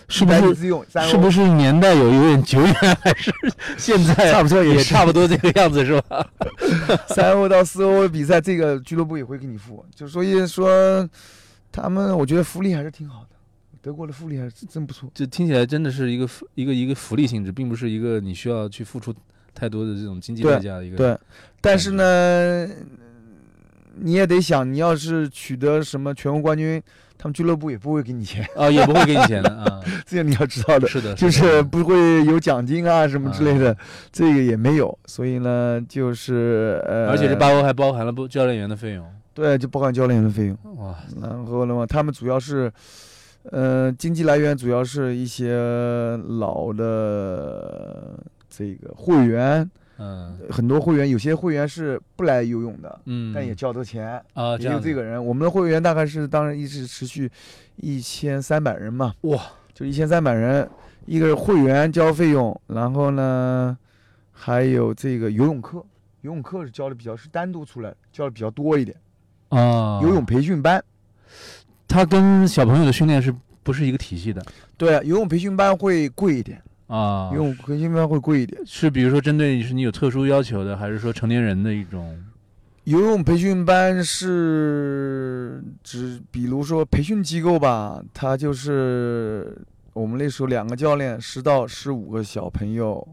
[SPEAKER 1] 是
[SPEAKER 2] 一
[SPEAKER 1] 不
[SPEAKER 2] 百米
[SPEAKER 1] 是
[SPEAKER 2] 自由泳三欧，
[SPEAKER 1] 是不是年代有一点久远，还是现在
[SPEAKER 2] 差不哎多也
[SPEAKER 1] 也
[SPEAKER 2] 是
[SPEAKER 1] 差不多这个样子是吧？
[SPEAKER 2] 三欧到四欧的比赛，这个俱乐部也会给你付，就所以说呃他们我觉得福利还是挺好的，德国的福利还是真不错。
[SPEAKER 1] 这听起来真的是一个福一个一个福利性质，并不是一个你需要去付出太多的这种经济
[SPEAKER 2] 对
[SPEAKER 1] 代价的一个。
[SPEAKER 2] 对，但是呢，你也得想，你要是取得什么全国冠军，他们俱乐部也不会给你钱，
[SPEAKER 1] 啊，也不会给你钱的啊。
[SPEAKER 2] 这个你要知道的，
[SPEAKER 1] 是的，
[SPEAKER 2] 就是
[SPEAKER 1] 的嗯
[SPEAKER 2] 不会有奖金啊什么之类的，这个也没有。所以呢，就是呃，
[SPEAKER 1] 而且这八欧还包含了不教练员的费用。
[SPEAKER 2] 对，就包含教练的费用。
[SPEAKER 1] 哇，
[SPEAKER 2] 然后的话，他们主要是，呃，经济来源主要是一些老的这个会员，
[SPEAKER 1] 嗯
[SPEAKER 2] 很多会员有些会员是不来游泳的，
[SPEAKER 1] 嗯，
[SPEAKER 2] 呃但也交的钱，
[SPEAKER 1] 啊，
[SPEAKER 2] 也就
[SPEAKER 1] 样
[SPEAKER 2] 这
[SPEAKER 1] 子
[SPEAKER 2] 个人。我们的会员大概是当时一直持续一千三百人嘛，
[SPEAKER 1] 哇，
[SPEAKER 2] 就一千三百人，一个是会员交费用，然后呢，还有这个游泳课，游泳课是交的比较是单独出来交的比较多一点，
[SPEAKER 1] 啊，
[SPEAKER 2] 游泳培训班。
[SPEAKER 1] 它跟小朋友的训练是不是一个体系的
[SPEAKER 2] 对，啊游泳培训班会贵一点，
[SPEAKER 1] 啊
[SPEAKER 2] 游？泳培训班会贵一点。
[SPEAKER 1] 是比如说针对是你有特殊要求的，还是说成年人的一种？
[SPEAKER 2] 游泳培训班是指，比如说培训机构吧，它就是我们那时候两个教练，十到十五个小朋友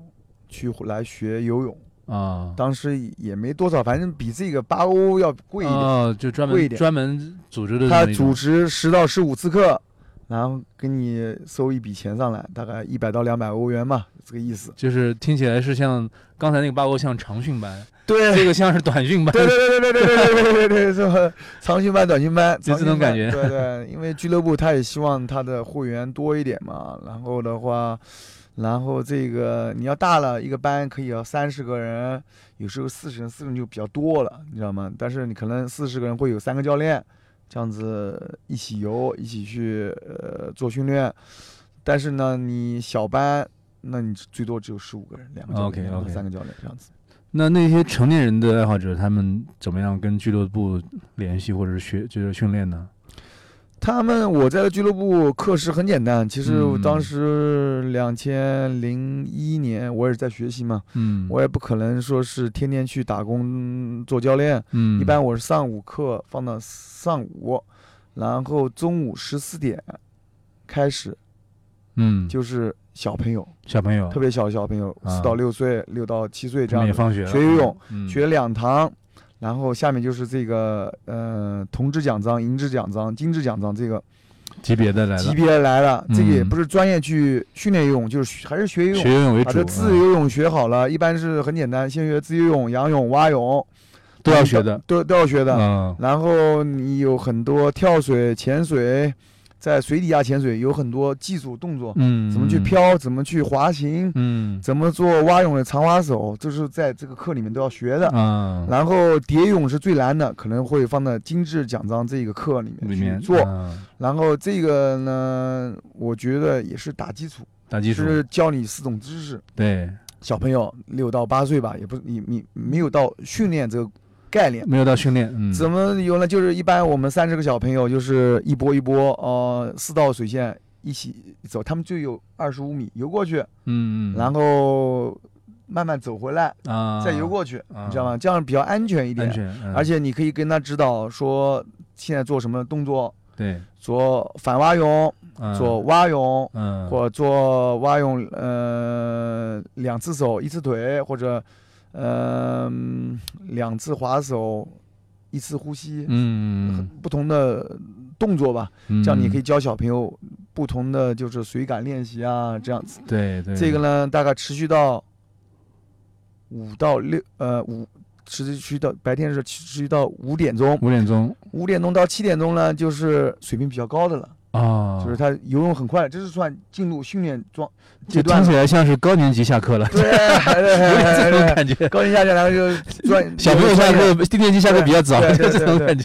[SPEAKER 2] 去来学游泳，
[SPEAKER 1] 啊，
[SPEAKER 2] 当时也没多少，反正比这个八欧要贵一点。
[SPEAKER 1] 哦，就专
[SPEAKER 2] 贵一
[SPEAKER 1] 门
[SPEAKER 2] 点
[SPEAKER 1] 专门组织的
[SPEAKER 2] 他
[SPEAKER 1] 这么一
[SPEAKER 2] 主
[SPEAKER 1] 种，
[SPEAKER 2] 持十到十五次课，然后给你收一笔钱上来，大概一百到两百欧元嘛，这个意思。
[SPEAKER 1] 就是听起来是像刚才那个八欧像长 训班，
[SPEAKER 2] 对
[SPEAKER 1] 这个像是短训班。
[SPEAKER 2] 对对对对对对对对对，是吧？长训班、短训班，
[SPEAKER 1] 就这种
[SPEAKER 2] 长训班
[SPEAKER 1] 感觉
[SPEAKER 2] 对对，因为俱乐部他也希望他的会员多一点嘛。然后的话，然后这个你要大了，一个班可以要三十个人，有时候四十人，四十人就比较多了，你知道吗？但是你可能四十个人会有三个教练，这样子一起游，一起去呃做训练。但是呢，你小班。那你最多只有十五个人，两个教练
[SPEAKER 1] OK，OK
[SPEAKER 2] 两个三个教练这样子。
[SPEAKER 1] 那那些成年人的爱好者，他们怎么样跟俱乐部联系或者是学就是训练呢？
[SPEAKER 2] 他们我在的俱乐部课时很简单，其实我
[SPEAKER 1] 嗯
[SPEAKER 2] 当时两千零一年我也是在学习嘛，
[SPEAKER 1] 嗯，
[SPEAKER 2] 我也不可能说是天天去打工做教练，
[SPEAKER 1] 嗯
[SPEAKER 2] 一般我是上午课放到上午，然后中午十四点开始
[SPEAKER 1] 嗯，
[SPEAKER 2] 就是小朋友，
[SPEAKER 1] 小朋友
[SPEAKER 2] 特别小的小朋友，
[SPEAKER 1] 啊
[SPEAKER 2] 四到六岁、六到七岁这
[SPEAKER 1] 他
[SPEAKER 2] 样
[SPEAKER 1] 们也
[SPEAKER 2] 的，
[SPEAKER 1] 放学了
[SPEAKER 2] 学游泳，
[SPEAKER 1] 嗯
[SPEAKER 2] 学两堂。然后下面就是这个呃铜质奖章、银质奖章、金质奖章这个
[SPEAKER 1] 嗯级别的来
[SPEAKER 2] 级
[SPEAKER 1] 了，
[SPEAKER 2] 别来了，这个也
[SPEAKER 1] 嗯
[SPEAKER 2] 不是专业去训练游泳，就是学还是学游
[SPEAKER 1] 学
[SPEAKER 2] 泳，
[SPEAKER 1] 游泳为
[SPEAKER 2] 把
[SPEAKER 1] 主
[SPEAKER 2] 这
[SPEAKER 1] 啊，
[SPEAKER 2] 自由泳学好了，一般是很简单，先学自由泳、仰泳、蛙泳，
[SPEAKER 1] 都要学的，
[SPEAKER 2] 都都要学的。
[SPEAKER 1] 嗯
[SPEAKER 2] 然后你有很多跳水、潜水，在水底下潜水有很多技术动作，
[SPEAKER 1] 嗯，
[SPEAKER 2] 怎么去漂，怎么去滑行，
[SPEAKER 1] 嗯，
[SPEAKER 2] 怎么做蛙泳的长划手，这是在这个课里面都要学的
[SPEAKER 1] 嗯。啊，
[SPEAKER 2] 然后蝶泳是最难的，可能会放在精致奖章这个课里
[SPEAKER 1] 里
[SPEAKER 2] 面
[SPEAKER 1] 面
[SPEAKER 2] 去做。
[SPEAKER 1] 嗯
[SPEAKER 2] 然后这个呢，我觉得也是打基础，
[SPEAKER 1] 打基础，
[SPEAKER 2] 是教你四种知识。
[SPEAKER 1] 对，
[SPEAKER 2] 小朋友六到八岁吧，也不你你没有到训练这个概念。
[SPEAKER 1] 没有到训练，嗯，
[SPEAKER 2] 怎么有呢？就是一般我们三十个小朋友，就是一波一波，呃，四道水线一起走，他们就有二十五米游过去，
[SPEAKER 1] 嗯嗯，
[SPEAKER 2] 然后慢慢走回来，
[SPEAKER 1] 后啊
[SPEAKER 2] 再游过去，
[SPEAKER 1] 啊
[SPEAKER 2] 你知道吗？这样比较安全一
[SPEAKER 1] 安
[SPEAKER 2] 点，
[SPEAKER 1] 全，嗯
[SPEAKER 2] 而且你可以跟他指导说现在做什么动作，
[SPEAKER 1] 对
[SPEAKER 2] 做反蛙泳，
[SPEAKER 1] 嗯
[SPEAKER 2] 做蛙泳，
[SPEAKER 1] 嗯
[SPEAKER 2] 或做蛙泳，呃，两次手一次腿，或者，呃，嗯两次划手，一次呼吸，很
[SPEAKER 1] 嗯，
[SPEAKER 2] 不同的动作吧。
[SPEAKER 1] 嗯
[SPEAKER 2] 这样你可以教小朋友不同的就是水感练习啊，这样子。
[SPEAKER 1] 对对
[SPEAKER 2] 这个呢，大概持续到五到六，呃，五持续到白天是持续到五点钟，
[SPEAKER 1] 五点钟
[SPEAKER 2] 五点钟到七点钟呢，就是水平比较高的了。
[SPEAKER 1] 啊，
[SPEAKER 2] 就是他游泳很快，这是算进入训练状阶
[SPEAKER 1] 这
[SPEAKER 2] 段
[SPEAKER 1] 听
[SPEAKER 2] 了
[SPEAKER 1] 起。来像是高年级下课了，
[SPEAKER 2] 对，
[SPEAKER 1] 有点
[SPEAKER 2] 对对
[SPEAKER 1] 这种
[SPEAKER 2] 对
[SPEAKER 1] 感觉。
[SPEAKER 2] 高一下去，然后就专
[SPEAKER 1] 小朋友下，课，低年级下课比较早，
[SPEAKER 2] 对对
[SPEAKER 1] 就
[SPEAKER 2] 对
[SPEAKER 1] 这种
[SPEAKER 2] 对
[SPEAKER 1] 感觉。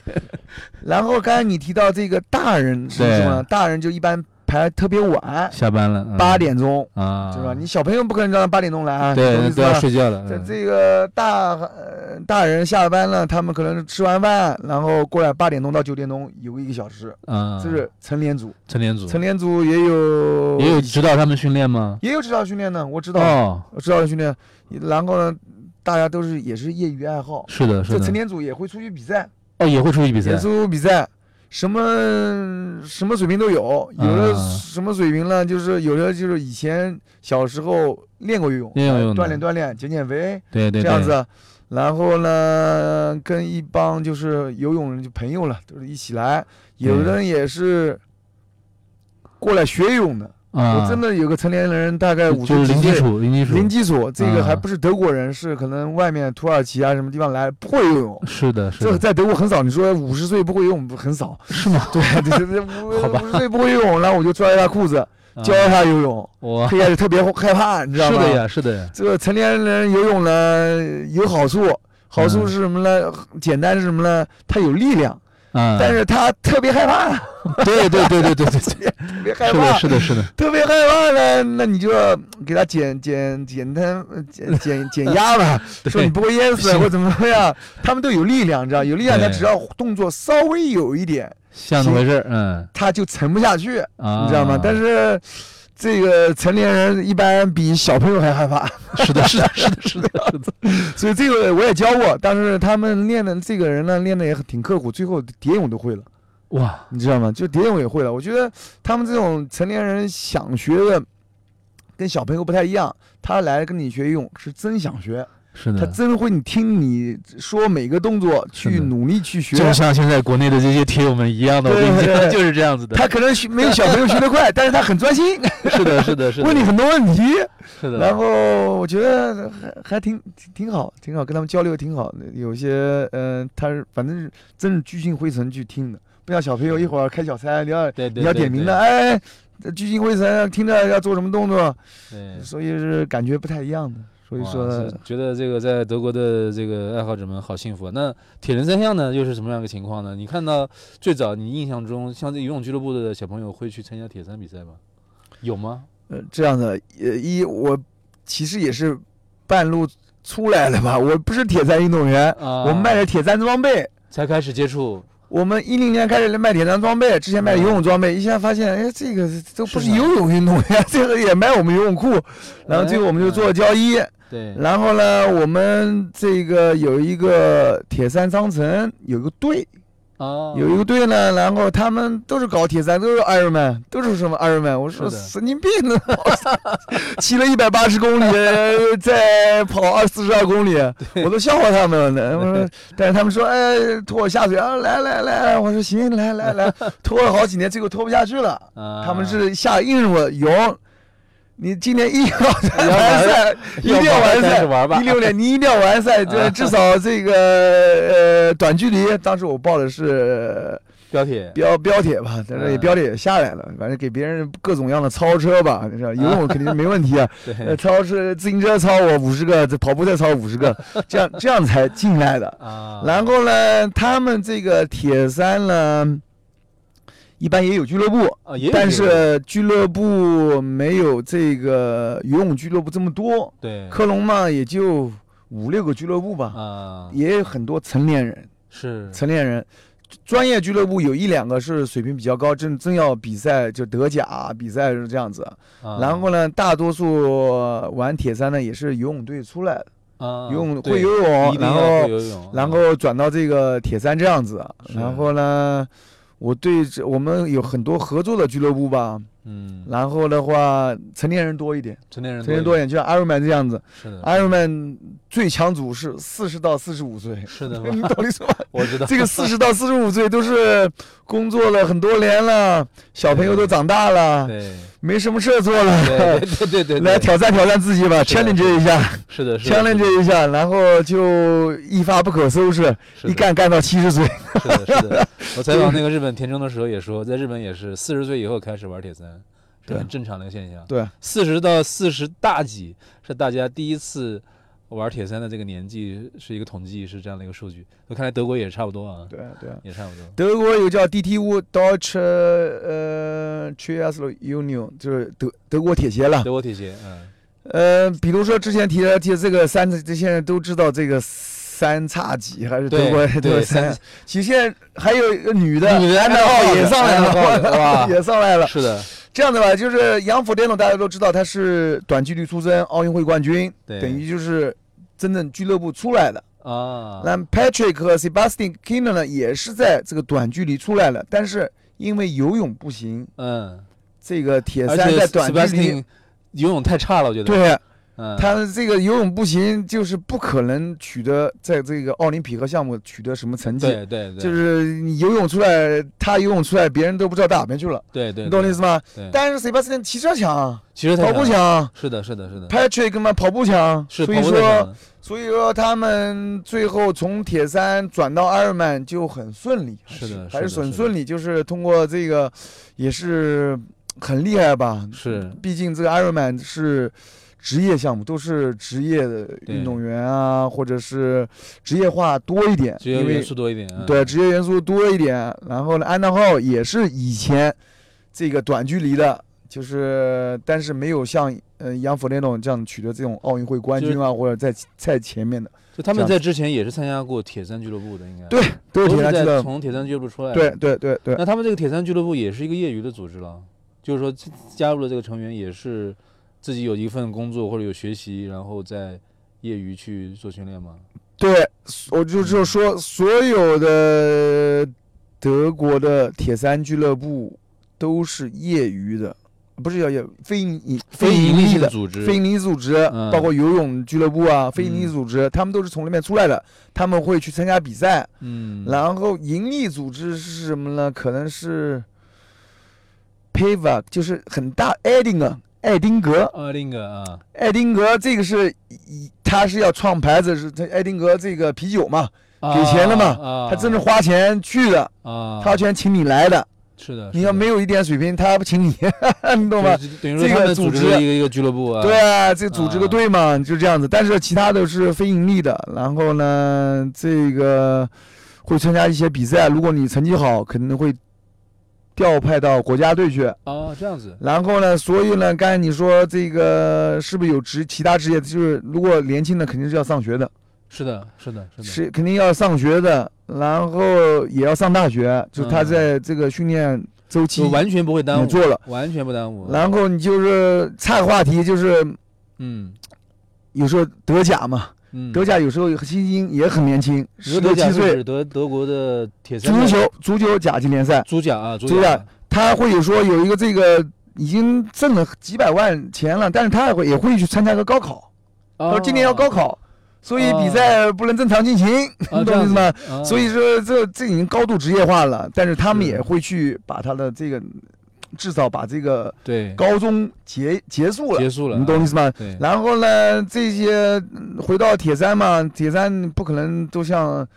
[SPEAKER 2] 然后刚才你提到这个大人是什么？大人就一般排特别晚，
[SPEAKER 1] 下班了，嗯
[SPEAKER 2] 八点钟，
[SPEAKER 1] 啊，
[SPEAKER 2] 是吧？你小朋友不可能让他八点钟来啊，
[SPEAKER 1] 对
[SPEAKER 2] 懂我意
[SPEAKER 1] 那
[SPEAKER 2] 思
[SPEAKER 1] 都要
[SPEAKER 2] 吧
[SPEAKER 1] 睡觉了。
[SPEAKER 2] 这
[SPEAKER 1] 嗯
[SPEAKER 2] 这个大呃大人下班了，他们可能是吃完饭，然后过来八点钟到九点钟游一个小时，
[SPEAKER 1] 啊，
[SPEAKER 2] 这是成年组，
[SPEAKER 1] 成年组
[SPEAKER 2] 成年组也有
[SPEAKER 1] 也有指导他们训练吗？
[SPEAKER 2] 也有指导训练呢，我知道，
[SPEAKER 1] 哦，
[SPEAKER 2] 我知道训练，然后呢，大家都是也是业余爱好，
[SPEAKER 1] 是的，
[SPEAKER 2] 这
[SPEAKER 1] 是
[SPEAKER 2] 成
[SPEAKER 1] 的。
[SPEAKER 2] 年组也会出去比赛，
[SPEAKER 1] 哦，也会出去比赛
[SPEAKER 2] 演。出比赛，什么什么水平都有，有的
[SPEAKER 1] 啊
[SPEAKER 2] 什么水平呢？就是有的就是以前小时候练过游泳，
[SPEAKER 1] 练过游泳的
[SPEAKER 2] 锻炼锻炼，减减肥
[SPEAKER 1] 对对对，
[SPEAKER 2] 这样子。然后呢，跟一帮就是游泳人就朋友了，就是一起来。有的人也是过来学游泳的。
[SPEAKER 1] 啊，
[SPEAKER 2] 我真的有个成年人，大概五
[SPEAKER 1] 就
[SPEAKER 2] 十
[SPEAKER 1] 是
[SPEAKER 2] 几
[SPEAKER 1] 零基
[SPEAKER 2] 岁，
[SPEAKER 1] 础，零基础，
[SPEAKER 2] 零基础，这个还
[SPEAKER 1] 啊
[SPEAKER 2] 不是德国人，是可能外面土耳其啊什么地方来不会游泳。
[SPEAKER 1] 是的，是
[SPEAKER 2] 这个
[SPEAKER 1] 的，
[SPEAKER 2] 在德国很少，你说五十岁不会游泳很少，
[SPEAKER 1] 是吗？
[SPEAKER 2] 对对对，
[SPEAKER 1] 好吧
[SPEAKER 2] 五五十岁不会游泳，然后我就抓着他裤子
[SPEAKER 1] 啊
[SPEAKER 2] 教他游泳，
[SPEAKER 1] 我
[SPEAKER 2] 一开始特别害怕，你知道
[SPEAKER 1] 是
[SPEAKER 2] 吗？
[SPEAKER 1] 的呀，是的呀，
[SPEAKER 2] 这个成年人游泳呢有好处，好
[SPEAKER 1] 嗯
[SPEAKER 2] 处是什么呢？简单是什么呢？他有力量，
[SPEAKER 1] 啊，
[SPEAKER 2] 但是他特别害怕，
[SPEAKER 1] 对对对对对对对，
[SPEAKER 2] 特别害
[SPEAKER 1] 是的，
[SPEAKER 2] 怕，
[SPEAKER 1] 是的，是的，
[SPEAKER 2] 特别害怕呢，那你就要给他减减减单减减减压吧，说你
[SPEAKER 1] 对
[SPEAKER 2] 不会淹死啊
[SPEAKER 1] 是
[SPEAKER 2] 或怎么样，他们都有力量，你知道，有力量，他
[SPEAKER 1] 对
[SPEAKER 2] 只要动作稍微有一点，
[SPEAKER 1] 像那么回事儿，嗯
[SPEAKER 2] 他就沉不下去，
[SPEAKER 1] 啊，
[SPEAKER 2] 你知道吗？但是这个成年人一般比小朋友还害怕，
[SPEAKER 1] 是的，是的，是的，是的，是的，
[SPEAKER 2] 所以这个我也教过，但是他们练的这个人呢，练的也很挺刻苦，最后蝶泳都会了，
[SPEAKER 1] 哇，
[SPEAKER 2] 你知道吗？就蝶泳也会了。我觉得他们这种成年人想学的，跟小朋友不太一样，他来跟你学游泳是真想学，
[SPEAKER 1] 是
[SPEAKER 2] 他
[SPEAKER 1] 的。
[SPEAKER 2] 真会你听你说每个动作，去
[SPEAKER 1] 嗯是的
[SPEAKER 2] 努力去学。
[SPEAKER 1] 就像现在国内的这些铁友们一样的，我跟你
[SPEAKER 2] 对对
[SPEAKER 1] 讲，
[SPEAKER 2] 对
[SPEAKER 1] 就是这样子的。
[SPEAKER 2] 他可能学没有小朋友学得快，但是他很专心，
[SPEAKER 1] 是的，是的，是的，
[SPEAKER 2] 问你很多问题。
[SPEAKER 1] 是的，
[SPEAKER 2] 然后我觉得还还挺挺挺好，挺好，跟他们交流挺好的。有些呃，他是反正是真是聚精会神去听的，不像小朋友一会儿开小差，你要
[SPEAKER 1] 对对，
[SPEAKER 2] 你要
[SPEAKER 1] 对
[SPEAKER 2] 点名的，，哎，这聚精会神听着要做什么动作，
[SPEAKER 1] 对对
[SPEAKER 2] 所以是感觉不太一样的。所以
[SPEAKER 1] 哎哇
[SPEAKER 2] 说
[SPEAKER 1] 是觉得这个在德国的这个爱好者们好幸福啊。那铁人三项呢，又是什么样一个情况呢？你看到最早你印象中，像这游泳俱乐部的小朋友会去参加铁三比赛吗？有吗？
[SPEAKER 2] 呃这样的，呃一我其实也是半路出来的吧，我不是铁三运动员，
[SPEAKER 1] 啊，
[SPEAKER 2] 我们卖的铁三装备。
[SPEAKER 1] 才开始接触，
[SPEAKER 2] 我们一零年开始卖铁三装备，之前卖游泳装备，一下发现，哎，这个都不是
[SPEAKER 1] 嗯是啊吗
[SPEAKER 2] 游泳运动员， 这个也卖我们游泳裤，然后最后我们就做了交易，
[SPEAKER 1] 哎对，
[SPEAKER 2] 然后呢，我们这个有一个铁三商城，有一个队，
[SPEAKER 1] 啊，
[SPEAKER 2] 有一个队呢，然后他们都是搞铁三，都是 Ironman，都是什么 Ironman，我说
[SPEAKER 1] 是的哦
[SPEAKER 2] 神经病呢， 骑了一百八十公 里，再跑二四十二公里，我都笑话他们呢。我说，但是他们说，哎，拖我下水啊，来来来，我说行，来来来，拖了好几年，最后拖不下去了。
[SPEAKER 1] 啊，
[SPEAKER 2] 他们是下硬我游，你今年一定要 完
[SPEAKER 1] 要玩
[SPEAKER 2] 赛，一定要
[SPEAKER 1] 要
[SPEAKER 2] 完
[SPEAKER 1] 玩开
[SPEAKER 2] 赛
[SPEAKER 1] 始，玩吧
[SPEAKER 2] 一六年你一定要完赛，对，至少这个呃短距离，当时我报的是
[SPEAKER 1] 标铁，
[SPEAKER 2] 标标铁吧，但是也
[SPEAKER 1] 嗯
[SPEAKER 2] 标铁也下来了，反正给别人各种样的超车吧， 你知道游泳肯定是没问题啊，呃
[SPEAKER 1] 对
[SPEAKER 2] 超车自行车超我五十个，这跑步再超五十 个，这样这样才进来的。
[SPEAKER 1] 啊，
[SPEAKER 2] 然后呢，他们这个铁三呢，一般也有俱乐部，
[SPEAKER 1] 啊，也有
[SPEAKER 2] 但
[SPEAKER 1] 这个
[SPEAKER 2] 是俱乐部没有这个游泳俱乐部这么多，
[SPEAKER 1] 对
[SPEAKER 2] 科隆嘛也就五六个俱乐部吧，
[SPEAKER 1] 嗯啊
[SPEAKER 2] 也有很多成年人，
[SPEAKER 1] 是
[SPEAKER 2] 成年人。专业俱乐部有一两个是水平比较高，真真要比赛就德甲比赛是这样子。
[SPEAKER 1] 啊
[SPEAKER 2] 然后呢，大多数玩铁三呢也是游泳队出来的，
[SPEAKER 1] 啊
[SPEAKER 2] 游泳
[SPEAKER 1] 对
[SPEAKER 2] 会游
[SPEAKER 1] 一
[SPEAKER 2] 泳，
[SPEAKER 1] 定
[SPEAKER 2] 然
[SPEAKER 1] 要
[SPEAKER 2] 后
[SPEAKER 1] 会游泳，
[SPEAKER 2] 然
[SPEAKER 1] 嗯
[SPEAKER 2] 后转到这个铁三这样子。
[SPEAKER 1] 是
[SPEAKER 2] 然后呢，我对这我们有很多合作的俱乐部吧，
[SPEAKER 1] 嗯，
[SPEAKER 2] 然后的话，成年人多一点，
[SPEAKER 1] 成年人
[SPEAKER 2] 成年人多一
[SPEAKER 1] 一点
[SPEAKER 2] 点，
[SPEAKER 1] 嗯
[SPEAKER 2] 就像 Ironman 这样子
[SPEAKER 1] 是的，
[SPEAKER 2] ，Ironman 最强组是四十到四十五 岁，
[SPEAKER 1] 是的
[SPEAKER 2] 你懂我意思吗？
[SPEAKER 1] 我 知道
[SPEAKER 2] 这个四十到四十五岁都是工作了很多年了，小朋友都长大了，
[SPEAKER 1] 对
[SPEAKER 2] 没什么事儿做
[SPEAKER 1] 对
[SPEAKER 2] 了，
[SPEAKER 1] 对对对，
[SPEAKER 2] 来挑战挑战自己吧
[SPEAKER 1] 是的
[SPEAKER 2] ，challenge 一下
[SPEAKER 1] 是的，是的，是的
[SPEAKER 2] ，challenge 一下，然后就一发不可收拾，
[SPEAKER 1] 是
[SPEAKER 2] 一
[SPEAKER 1] 的
[SPEAKER 2] 干干到七十 岁，
[SPEAKER 1] 是的，是的。我采访那个日本田中的时候也说，在日本也是四十岁以后开始玩铁三，是
[SPEAKER 2] 对
[SPEAKER 1] 很正常的一个现象。
[SPEAKER 2] 对，
[SPEAKER 1] 四十到四十大几是大家第一次玩铁三的这个年纪，是一个统计，是这样的一个数据。我看来德国也差不多啊，
[SPEAKER 2] 对对。
[SPEAKER 1] 也差不多。
[SPEAKER 2] 德国有叫 DTU Deutsche 呃 Triathlon Union，就是德德国铁协了。
[SPEAKER 1] 德国铁鞋， 嗯，
[SPEAKER 2] 呃，比如说之前提的提的这个三，这现在都知道这个三叉戟还是德国
[SPEAKER 1] 对
[SPEAKER 2] 德国
[SPEAKER 1] 对三
[SPEAKER 2] 三。 其实现在还有一个女的，
[SPEAKER 1] 女的
[SPEAKER 2] 安德浩也上来
[SPEAKER 1] 安德浩
[SPEAKER 2] 了，
[SPEAKER 1] 哇
[SPEAKER 2] 也上来了。
[SPEAKER 1] 是的，
[SPEAKER 2] 这样的吧，就是杨福电动大家都知道，他是短距离出身，奥运会冠军，
[SPEAKER 1] 对，
[SPEAKER 2] 等于就是真正俱乐部出来的。
[SPEAKER 1] 啊，
[SPEAKER 2] 那 Patrick 和 Sebastian Kinner 呢，也是在这个短距离出来了，但是因为游泳不行，
[SPEAKER 1] 嗯，
[SPEAKER 2] 这个铁
[SPEAKER 1] 而
[SPEAKER 2] 三
[SPEAKER 1] 且
[SPEAKER 2] 在短距离
[SPEAKER 1] Sebastian 游泳太差了，我觉得。
[SPEAKER 2] 对，
[SPEAKER 1] 嗯，
[SPEAKER 2] 他这个游泳不行，就是不可能取得在这个奥林匹克项目取得什么成绩。
[SPEAKER 1] 对对对，
[SPEAKER 2] 就是你游泳出来，他游泳出来，别人都不知道到哪边去了，
[SPEAKER 1] 对对，
[SPEAKER 2] 你懂我意思吗？
[SPEAKER 1] 对，
[SPEAKER 2] 但是 Sebastian 骑车强啊，
[SPEAKER 1] 其实他
[SPEAKER 2] 跑步
[SPEAKER 1] 想
[SPEAKER 2] 强啊
[SPEAKER 1] 是的，是的，是的，
[SPEAKER 2] ，Patrick 嘛跑步强啊，
[SPEAKER 1] 是
[SPEAKER 2] 所
[SPEAKER 1] 跑
[SPEAKER 2] 以
[SPEAKER 1] 步太强
[SPEAKER 2] 说
[SPEAKER 1] 了
[SPEAKER 2] 所以说他们最后从铁三转到埃尔曼就很顺利，还
[SPEAKER 1] 是的
[SPEAKER 2] 还
[SPEAKER 1] 是
[SPEAKER 2] 是
[SPEAKER 1] 的
[SPEAKER 2] 很
[SPEAKER 1] 是
[SPEAKER 2] 顺利，就是通过这个也是很厉害吧，
[SPEAKER 1] 是
[SPEAKER 2] 毕竟这个 Ironman 是职业项目，都是职业的
[SPEAKER 1] 对
[SPEAKER 2] 运动员啊，或者是职业化多一点，
[SPEAKER 1] 职业
[SPEAKER 2] 因
[SPEAKER 1] 元
[SPEAKER 2] 为
[SPEAKER 1] 素多一点啊，
[SPEAKER 2] 对职业元素多一点。然后呢，安娜号也是以前这个短距离的，就是但是没有像呃杨佛那种这样取得这种奥运会冠军啊，或者在在前面的，
[SPEAKER 1] 就他
[SPEAKER 2] 这
[SPEAKER 1] 们
[SPEAKER 2] 样
[SPEAKER 1] 在之前也是参加过铁三俱乐部的，应该
[SPEAKER 2] 对都
[SPEAKER 1] 都
[SPEAKER 2] 是铁
[SPEAKER 1] 是
[SPEAKER 2] 三俱
[SPEAKER 1] 在
[SPEAKER 2] 乐部。
[SPEAKER 1] 从铁三俱乐部出来的，
[SPEAKER 2] 对对对对，
[SPEAKER 1] 那他们这个铁三俱乐部也是一个业余的组织了，就是说这加入了这个成员也是自己有一份工作或者有学习，然后在业余去做训练吗？
[SPEAKER 2] 对，我就就说所有的德国的铁三俱乐部都是业余的，不是叫业非盈盈利
[SPEAKER 1] 性
[SPEAKER 2] 的。
[SPEAKER 1] 组织，
[SPEAKER 2] 非盈利组织，
[SPEAKER 1] 嗯
[SPEAKER 2] 包括游泳俱乐部啊，非盈利
[SPEAKER 1] 嗯
[SPEAKER 2] 组织，他们都是从那边出来的，他们会去参加比赛。
[SPEAKER 1] 嗯，
[SPEAKER 2] 然后盈利组织是什么呢？可能是 PIVA，就是很大爱丁格，爱丁格，
[SPEAKER 1] 呃，另一个啊，
[SPEAKER 2] 爱丁格这个是一，他是要创牌子，是他爱丁格这个啤酒嘛，给钱了嘛
[SPEAKER 1] 嘛
[SPEAKER 2] 他真是花钱去的，
[SPEAKER 1] 啊，
[SPEAKER 2] 他全请你来的。
[SPEAKER 1] 是的，
[SPEAKER 2] 你要没有一点水平，他不请你， 你懂吗
[SPEAKER 1] 就？是等于说
[SPEAKER 2] 这
[SPEAKER 1] 他
[SPEAKER 2] 个
[SPEAKER 1] 们
[SPEAKER 2] 组
[SPEAKER 1] 组织
[SPEAKER 2] 织
[SPEAKER 1] 了一个一个俱乐部啊，
[SPEAKER 2] 对，啊，这组织
[SPEAKER 1] 啊
[SPEAKER 2] 个队嘛，就这样子。但是其他的是非盈利的，然后呢，这个会参加一些比赛，如果你成绩好，可能会调派到国家队去。
[SPEAKER 1] 哦，这样子，
[SPEAKER 2] 然后呢，所以呢，刚才你说这个是不是有职其他职业？就是如果年轻的肯定是要上学的，
[SPEAKER 1] 是的，是的，是的，
[SPEAKER 2] 是肯定要上学的，然后也要上大学，就他
[SPEAKER 1] 嗯
[SPEAKER 2] 在这个训练周期
[SPEAKER 1] 就完全不会耽
[SPEAKER 2] 你
[SPEAKER 1] 误，
[SPEAKER 2] 做了，
[SPEAKER 1] 完全不耽误，
[SPEAKER 2] 然后你就是差个话题，就是
[SPEAKER 1] 嗯
[SPEAKER 2] 有时候德甲嘛，
[SPEAKER 1] 嗯，
[SPEAKER 2] 德甲有时候新星也很年轻，十六
[SPEAKER 1] 德甲
[SPEAKER 2] 七
[SPEAKER 1] 是
[SPEAKER 2] 岁
[SPEAKER 1] 指，德德国的铁三
[SPEAKER 2] 足
[SPEAKER 1] 的
[SPEAKER 2] 球足球甲级联赛，
[SPEAKER 1] 足甲啊，足
[SPEAKER 2] 足甲他会有说有一个这个已经挣了几百万钱了，但是他也会也会去参加个高考，他
[SPEAKER 1] 哦
[SPEAKER 2] 说今年要高考，所以比
[SPEAKER 1] 哦
[SPEAKER 2] 赛不能正常进行，
[SPEAKER 1] 啊，
[SPEAKER 2] 你
[SPEAKER 1] 这
[SPEAKER 2] 懂我
[SPEAKER 1] 样
[SPEAKER 2] 意思
[SPEAKER 1] 子
[SPEAKER 2] 吗？
[SPEAKER 1] 啊
[SPEAKER 2] 所以说这这已经高度职业化了，但是他们
[SPEAKER 1] 是
[SPEAKER 2] 也会去把他的这个至少把这个
[SPEAKER 1] 对
[SPEAKER 2] 高中结结束了，
[SPEAKER 1] 结束了，
[SPEAKER 2] 你懂我意思吗？
[SPEAKER 1] 对，
[SPEAKER 2] 然后呢，这些嗯回到铁三嘛，铁三不可能都像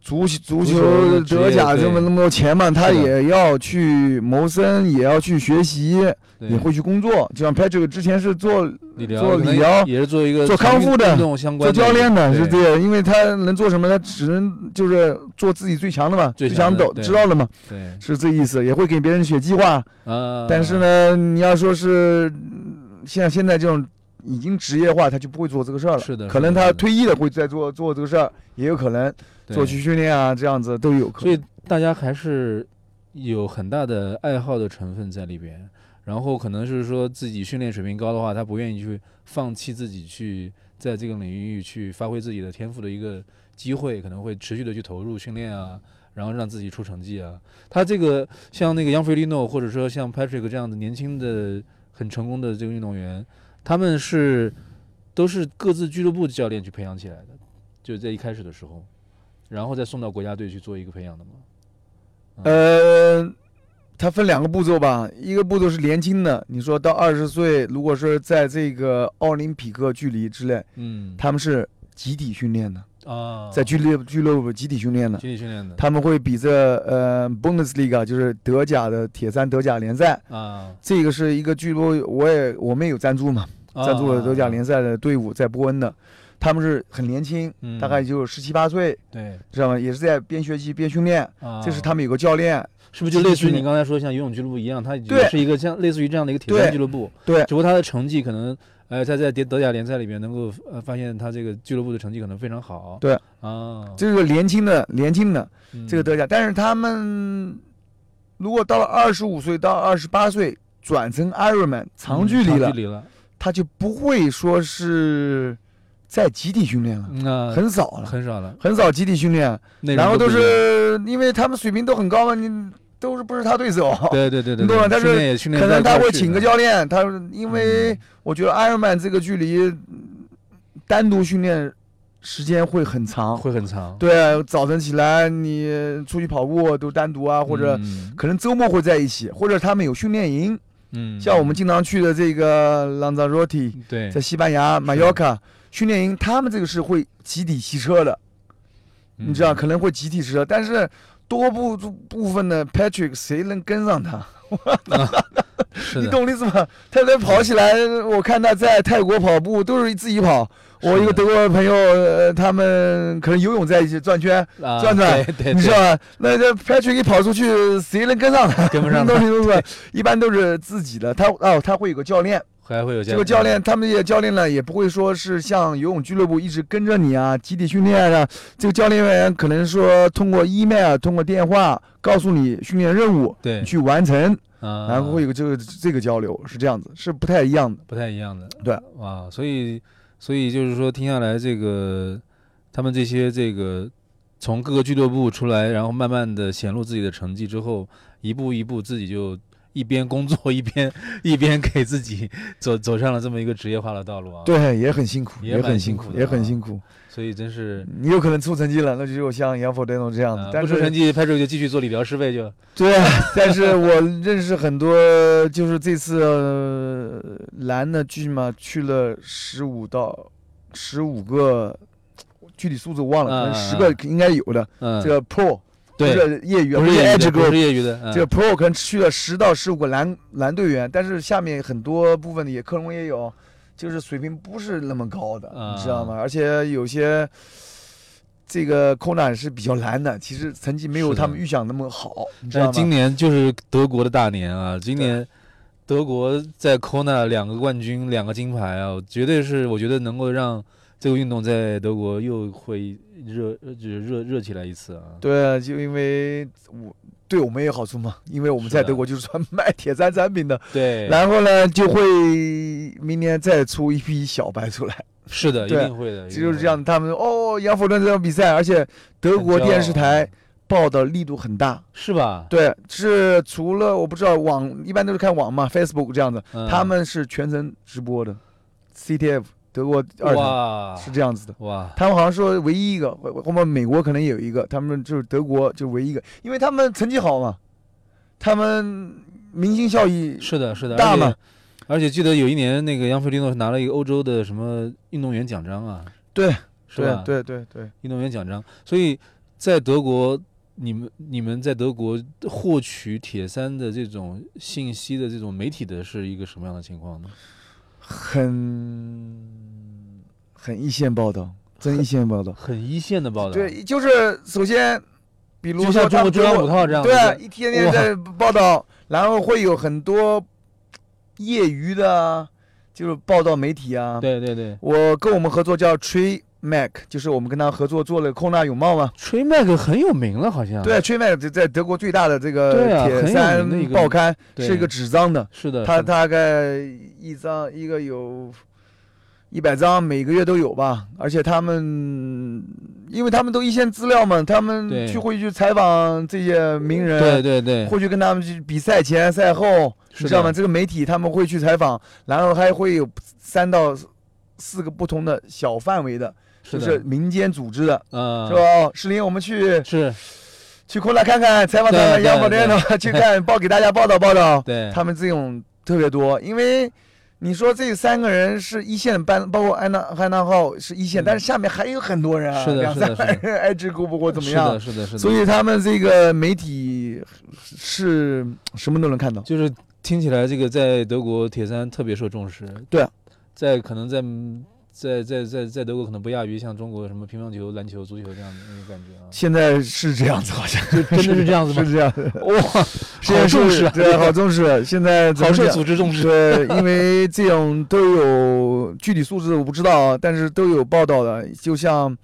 [SPEAKER 2] 足足
[SPEAKER 1] 足球
[SPEAKER 2] 球、
[SPEAKER 1] 职业
[SPEAKER 2] 德甲
[SPEAKER 1] 对
[SPEAKER 2] 这么那么多钱嘛，他
[SPEAKER 1] 是的
[SPEAKER 2] 也要去谋生，也要去学习，
[SPEAKER 1] 对
[SPEAKER 2] 也会去工作。就像 Patrick 之前是做
[SPEAKER 1] 理疗
[SPEAKER 2] 做
[SPEAKER 1] 可能
[SPEAKER 2] 理疗
[SPEAKER 1] 也是做一个
[SPEAKER 2] 做康复的
[SPEAKER 1] 运动相
[SPEAKER 2] 做
[SPEAKER 1] 关
[SPEAKER 2] 教练的，
[SPEAKER 1] 对
[SPEAKER 2] 是这样，因为他能做什么，他只能就是做自己最强的嘛，
[SPEAKER 1] 最
[SPEAKER 2] 最
[SPEAKER 1] 强的
[SPEAKER 2] 的
[SPEAKER 1] 对
[SPEAKER 2] 知道了嘛，
[SPEAKER 1] 对
[SPEAKER 2] 是这意思。也会给别人写计划，
[SPEAKER 1] 啊，
[SPEAKER 2] 但是呢，你要说是嗯像现在这种已经职业化，他就不会做这个事儿了。
[SPEAKER 1] 是的
[SPEAKER 2] 可
[SPEAKER 1] 是
[SPEAKER 2] 能
[SPEAKER 1] 的
[SPEAKER 2] 他
[SPEAKER 1] 是的
[SPEAKER 2] 退役了会再做做这个事儿，也有可能
[SPEAKER 1] 对
[SPEAKER 2] 做去训练啊，这样子都有可
[SPEAKER 1] 所
[SPEAKER 2] 能。
[SPEAKER 1] 以大家还是有很大的爱好的成分在里边。然后可能是说自己训练水平高的话，他不愿意去放弃自己去在这个领域去发挥自己的天赋的一个机会，可能会持续的去投入训练啊，然后让自己出成绩啊。他这个像那个杨菲利诺，或者说像 Patrick 这样的年轻的很成功的这个运动员，他们是都是各自俱乐部教练去培养起来的，就在一开始的时候，然后再送到国家队去做一个培养的嘛。嗯
[SPEAKER 2] 呃，它分两个步骤吧，一个步骤是年轻的，你说到二十岁，如果是在这个奥林匹克距离之内，
[SPEAKER 1] 嗯，
[SPEAKER 2] 他们是集体训练的，
[SPEAKER 1] 啊，
[SPEAKER 2] 在俱乐俱乐部集体训练的。
[SPEAKER 1] 集体训练的
[SPEAKER 2] 他们会比这呃 Bundesliga，就是德甲的铁三德甲联赛，
[SPEAKER 1] 啊，
[SPEAKER 2] 这个是一个俱乐部，我也我们也有赞助嘛，
[SPEAKER 1] 啊
[SPEAKER 2] 赞助了德甲
[SPEAKER 1] 练，
[SPEAKER 2] 联赛的队伍在波恩的，他们是很年轻，
[SPEAKER 1] 嗯
[SPEAKER 2] 大概就十七八岁，
[SPEAKER 1] 对，
[SPEAKER 2] 知道吗？也是在边学习边训练，
[SPEAKER 1] 啊
[SPEAKER 2] 这是他们有个教练，
[SPEAKER 1] 是不是就类似于
[SPEAKER 2] 集体训
[SPEAKER 1] 你
[SPEAKER 2] 练
[SPEAKER 1] 刚才说像游泳俱乐部一样，它也
[SPEAKER 2] 对
[SPEAKER 1] 是一个像类似于这样的一个铁三
[SPEAKER 2] 对
[SPEAKER 1] 俱乐部，
[SPEAKER 2] 对
[SPEAKER 1] 只不过他的成绩可能，呃，他在德德甲联赛里面能够呃发现他这个俱乐部的成绩可能非常好，
[SPEAKER 2] 对
[SPEAKER 1] 啊，
[SPEAKER 2] 这个年轻的年轻的
[SPEAKER 1] 嗯
[SPEAKER 2] 这个德甲，但是他们如果到了二十五岁到二十八岁转成 Ironman 长距离
[SPEAKER 1] 嗯
[SPEAKER 2] 了
[SPEAKER 1] 长距，离了，
[SPEAKER 2] 他就不会说是在集体训练了，
[SPEAKER 1] 那
[SPEAKER 2] 很少了，
[SPEAKER 1] 嗯很少了，
[SPEAKER 2] 很少集体训练，
[SPEAKER 1] 内容
[SPEAKER 2] 然后
[SPEAKER 1] 都
[SPEAKER 2] 都
[SPEAKER 1] 不一样
[SPEAKER 2] 是因为他们水平都很高嘛，你都是不是他对手。
[SPEAKER 1] 对对对对，
[SPEAKER 2] 你懂了
[SPEAKER 1] 对
[SPEAKER 2] 啊他是
[SPEAKER 1] 训练也训练
[SPEAKER 2] 可能
[SPEAKER 1] 在
[SPEAKER 2] 他
[SPEAKER 1] 过
[SPEAKER 2] 会
[SPEAKER 1] 去
[SPEAKER 2] 请个
[SPEAKER 1] 嗯
[SPEAKER 2] 教练，他因为我觉得 Ironman 这个距离单独训练时间会很长。
[SPEAKER 1] 会很长，
[SPEAKER 2] 对，啊早晨起来你出去跑步都单独啊，或者
[SPEAKER 1] 嗯
[SPEAKER 2] 可能周末会在一起，或者他们有训练营，
[SPEAKER 1] 嗯，
[SPEAKER 2] 像我们经常去的这个 Lanzarote，
[SPEAKER 1] 对
[SPEAKER 2] 在西班牙马约卡训练营，他们这个是会集体骑车的，你知道
[SPEAKER 1] 嗯
[SPEAKER 2] 可能会集体骑车，但是多部部分的 Patrick 谁能跟上他？
[SPEAKER 1] 是
[SPEAKER 2] 你
[SPEAKER 1] 的
[SPEAKER 2] 懂我的意思吗？他在跑起来，我看他在泰国跑步都是自己跑。我一个
[SPEAKER 1] 是的
[SPEAKER 2] 德国的朋友，呃，他们可能游泳在一起转圈，
[SPEAKER 1] 啊
[SPEAKER 2] 转转
[SPEAKER 1] 对对，
[SPEAKER 2] 你知
[SPEAKER 1] 对
[SPEAKER 2] 道吧？那这 Patrick 一跑出去，谁能跟上他？
[SPEAKER 1] 跟不 上
[SPEAKER 2] 都
[SPEAKER 1] 他
[SPEAKER 2] 是都是一般都是自己的。他哦，他会有个教练，
[SPEAKER 1] 还会有
[SPEAKER 2] 这个教练，他们这些教练呢，也不会说是像游泳俱乐部一直跟着你啊，集体训练啊。这个教练员可能说通过 email、通过电话告诉你训练任务，
[SPEAKER 1] 对
[SPEAKER 2] 你去完成，
[SPEAKER 1] 啊，
[SPEAKER 2] 然后会有这个这个交流，是这样子，是不太一样的。
[SPEAKER 1] 不太一样的，
[SPEAKER 2] 对，
[SPEAKER 1] 哇，所以所以就是说，听下来这个他们这些这个从各个俱乐部出来，然后慢慢的显露自己的成绩之后，一步一步自己就一边工作一边一边给自己走走上了这么一个职业化的道路啊，，
[SPEAKER 2] 对，也很辛苦，
[SPEAKER 1] 也蛮
[SPEAKER 2] 很
[SPEAKER 1] 辛
[SPEAKER 2] 辛
[SPEAKER 1] 苦的
[SPEAKER 2] 也
[SPEAKER 1] 啊
[SPEAKER 2] 很辛苦。
[SPEAKER 1] 所以真是。
[SPEAKER 2] 你有可能出成绩了，那就像杨佛这种这样子
[SPEAKER 1] 呃，
[SPEAKER 2] 嗯但
[SPEAKER 1] 不出成
[SPEAKER 2] 是
[SPEAKER 1] 绩，拍出就继续做理疗师呗，就
[SPEAKER 2] 对啊，但是我认识很多，就是这次呃蓝的剧嘛，去了十五到十五个，具体数字我忘了，可能十
[SPEAKER 1] 嗯嗯
[SPEAKER 2] 个应该有的。
[SPEAKER 1] 嗯，
[SPEAKER 2] 这个 Pro 不
[SPEAKER 1] 对，
[SPEAKER 2] 是业余啊，
[SPEAKER 1] 不是
[SPEAKER 2] 是
[SPEAKER 1] 业余
[SPEAKER 2] Edge
[SPEAKER 1] 的，不
[SPEAKER 2] Group，
[SPEAKER 1] 是业余的，嗯
[SPEAKER 2] 这个 Pro 可能去了十到十五个蓝蓝队员，但是下面很多部分的也克隆也有，就是水平不是那么高的，你知
[SPEAKER 1] 嗯
[SPEAKER 2] 道吗？而且有些这个 Kona 是比较蓝的，其实成绩没有
[SPEAKER 1] 是的
[SPEAKER 2] 他们预想那么好，你知道
[SPEAKER 1] 但
[SPEAKER 2] 吗？
[SPEAKER 1] 今年就是德国的大年啊！今
[SPEAKER 2] 对
[SPEAKER 1] 年德国在 Kona 两个冠军、两个金牌啊，绝对是我觉得能够让这个运动在德国又会热呃就是热热起来一次啊！
[SPEAKER 2] 对，就因为我对我们也有好处嘛，因为我们
[SPEAKER 1] 是
[SPEAKER 2] 在
[SPEAKER 1] 的
[SPEAKER 2] 德国就是专卖 铁山产品的，
[SPEAKER 1] 对，
[SPEAKER 2] 然后呢就会明年再出一批小白出来，
[SPEAKER 1] 是的，一
[SPEAKER 2] 对
[SPEAKER 1] 定会的，一定
[SPEAKER 2] 就是
[SPEAKER 1] 会
[SPEAKER 2] 这样。他们说哦，杨佛顿这场比赛，而且德国电视
[SPEAKER 1] 啊
[SPEAKER 2] 台报的力度很大，
[SPEAKER 1] 是吧？
[SPEAKER 2] 对，是除了我不知道网，一般都是看网嘛，Facebook 这样的，
[SPEAKER 1] 嗯
[SPEAKER 2] 他们是全程直播的，CTF 德国二台
[SPEAKER 1] 哇
[SPEAKER 2] 是这样子的。
[SPEAKER 1] 哇，
[SPEAKER 2] 他们好像说唯一一个，或或者美国可能也有一个，他们就是德国就唯一一个，因为他们成绩好嘛，他们明星效益
[SPEAKER 1] 是的，是的，
[SPEAKER 2] 大
[SPEAKER 1] 而且
[SPEAKER 2] 嘛
[SPEAKER 1] 而且记得有一年那个杨菲利诺是拿了一个欧洲的什么运动员奖章啊？
[SPEAKER 2] 对，
[SPEAKER 1] 是
[SPEAKER 2] 对
[SPEAKER 1] 吧？
[SPEAKER 2] 对对对，
[SPEAKER 1] 运动员奖章。所以在德国，你们你们在德国获取铁三的这种信息的这种媒体的是一个什么样的情况呢？
[SPEAKER 2] 很很一线报道，真一线 报道。
[SPEAKER 1] 很一线的报道，
[SPEAKER 2] 对，就是首先，比如
[SPEAKER 1] 就
[SPEAKER 2] 说
[SPEAKER 1] 像中
[SPEAKER 2] 他
[SPEAKER 1] 国
[SPEAKER 2] 们
[SPEAKER 1] 中央五套这样，
[SPEAKER 2] 对，
[SPEAKER 1] 对
[SPEAKER 2] 一天天在报道，然后会有很多业余的啊，就是报道媒体啊。
[SPEAKER 1] 对对对。
[SPEAKER 2] 我跟我们合作叫 Tree Mac，就是我们跟他合作做了空纳泳帽嘛。
[SPEAKER 1] 吹麦克很有名了，好像
[SPEAKER 2] 对，，Tree Mac 在在德国最大的这
[SPEAKER 1] 啊对
[SPEAKER 2] 个
[SPEAKER 1] 啊
[SPEAKER 2] 铁
[SPEAKER 1] 很有
[SPEAKER 2] 三
[SPEAKER 1] 名的一个
[SPEAKER 2] 报刊，
[SPEAKER 1] 对呃
[SPEAKER 2] 是一个纸张的，
[SPEAKER 1] 是的，
[SPEAKER 2] 它
[SPEAKER 1] 是的
[SPEAKER 2] 大概一张一个有一百张，每个月都有吧。而且他们，因为他们都一线资料嘛，他们
[SPEAKER 1] 对
[SPEAKER 2] 去会去采访这些名人，
[SPEAKER 1] 对对对，
[SPEAKER 2] 会去跟他们去比赛前、赛后，
[SPEAKER 1] 是
[SPEAKER 2] 你知道吗？
[SPEAKER 1] 的
[SPEAKER 2] 这个媒体他们会去采访，然后还会有三到四个不同的小范围的，
[SPEAKER 1] 是
[SPEAKER 2] 就是
[SPEAKER 1] 的，
[SPEAKER 2] 民间组织的，
[SPEAKER 1] 嗯，
[SPEAKER 2] 是吧？？哦石林，我们去
[SPEAKER 1] 是，
[SPEAKER 2] 去扩大看看，采访采访
[SPEAKER 1] 对
[SPEAKER 2] 杨宝
[SPEAKER 1] 对
[SPEAKER 2] 珍的，去看报给大家报道报道。
[SPEAKER 1] 对，
[SPEAKER 2] 他们这种特别多，因为你说这三个人是一线班，包括安娜、汉娜号是一线，
[SPEAKER 1] 嗯
[SPEAKER 2] 但是下面还有很多人啊，
[SPEAKER 1] 是的
[SPEAKER 2] 两
[SPEAKER 1] 是的
[SPEAKER 2] 三百
[SPEAKER 1] 是
[SPEAKER 2] 人，爱之顾不过怎么
[SPEAKER 1] 是
[SPEAKER 2] 样
[SPEAKER 1] 的，？是的，是的，
[SPEAKER 2] 所以他们这个媒体是什么都能看到。
[SPEAKER 1] 就是听起来这个在德国铁三特别受重视。
[SPEAKER 2] 对啊，
[SPEAKER 1] 在可能在在在在在德国可能不亚于像中国什么乒乓球、篮球、足球这样的那种感觉啊
[SPEAKER 2] 现在是这样子，好像
[SPEAKER 1] 真的 是这样子
[SPEAKER 2] 是
[SPEAKER 1] 吗？
[SPEAKER 2] 这样子，
[SPEAKER 1] 哇，
[SPEAKER 2] 现在
[SPEAKER 1] 好重视啊，
[SPEAKER 2] 对，好重视。现在怎么
[SPEAKER 1] 好受
[SPEAKER 2] 讲
[SPEAKER 1] 组织重视。
[SPEAKER 2] 对，因为这种都有具体数字我不知道啊，但是都有报道的，就像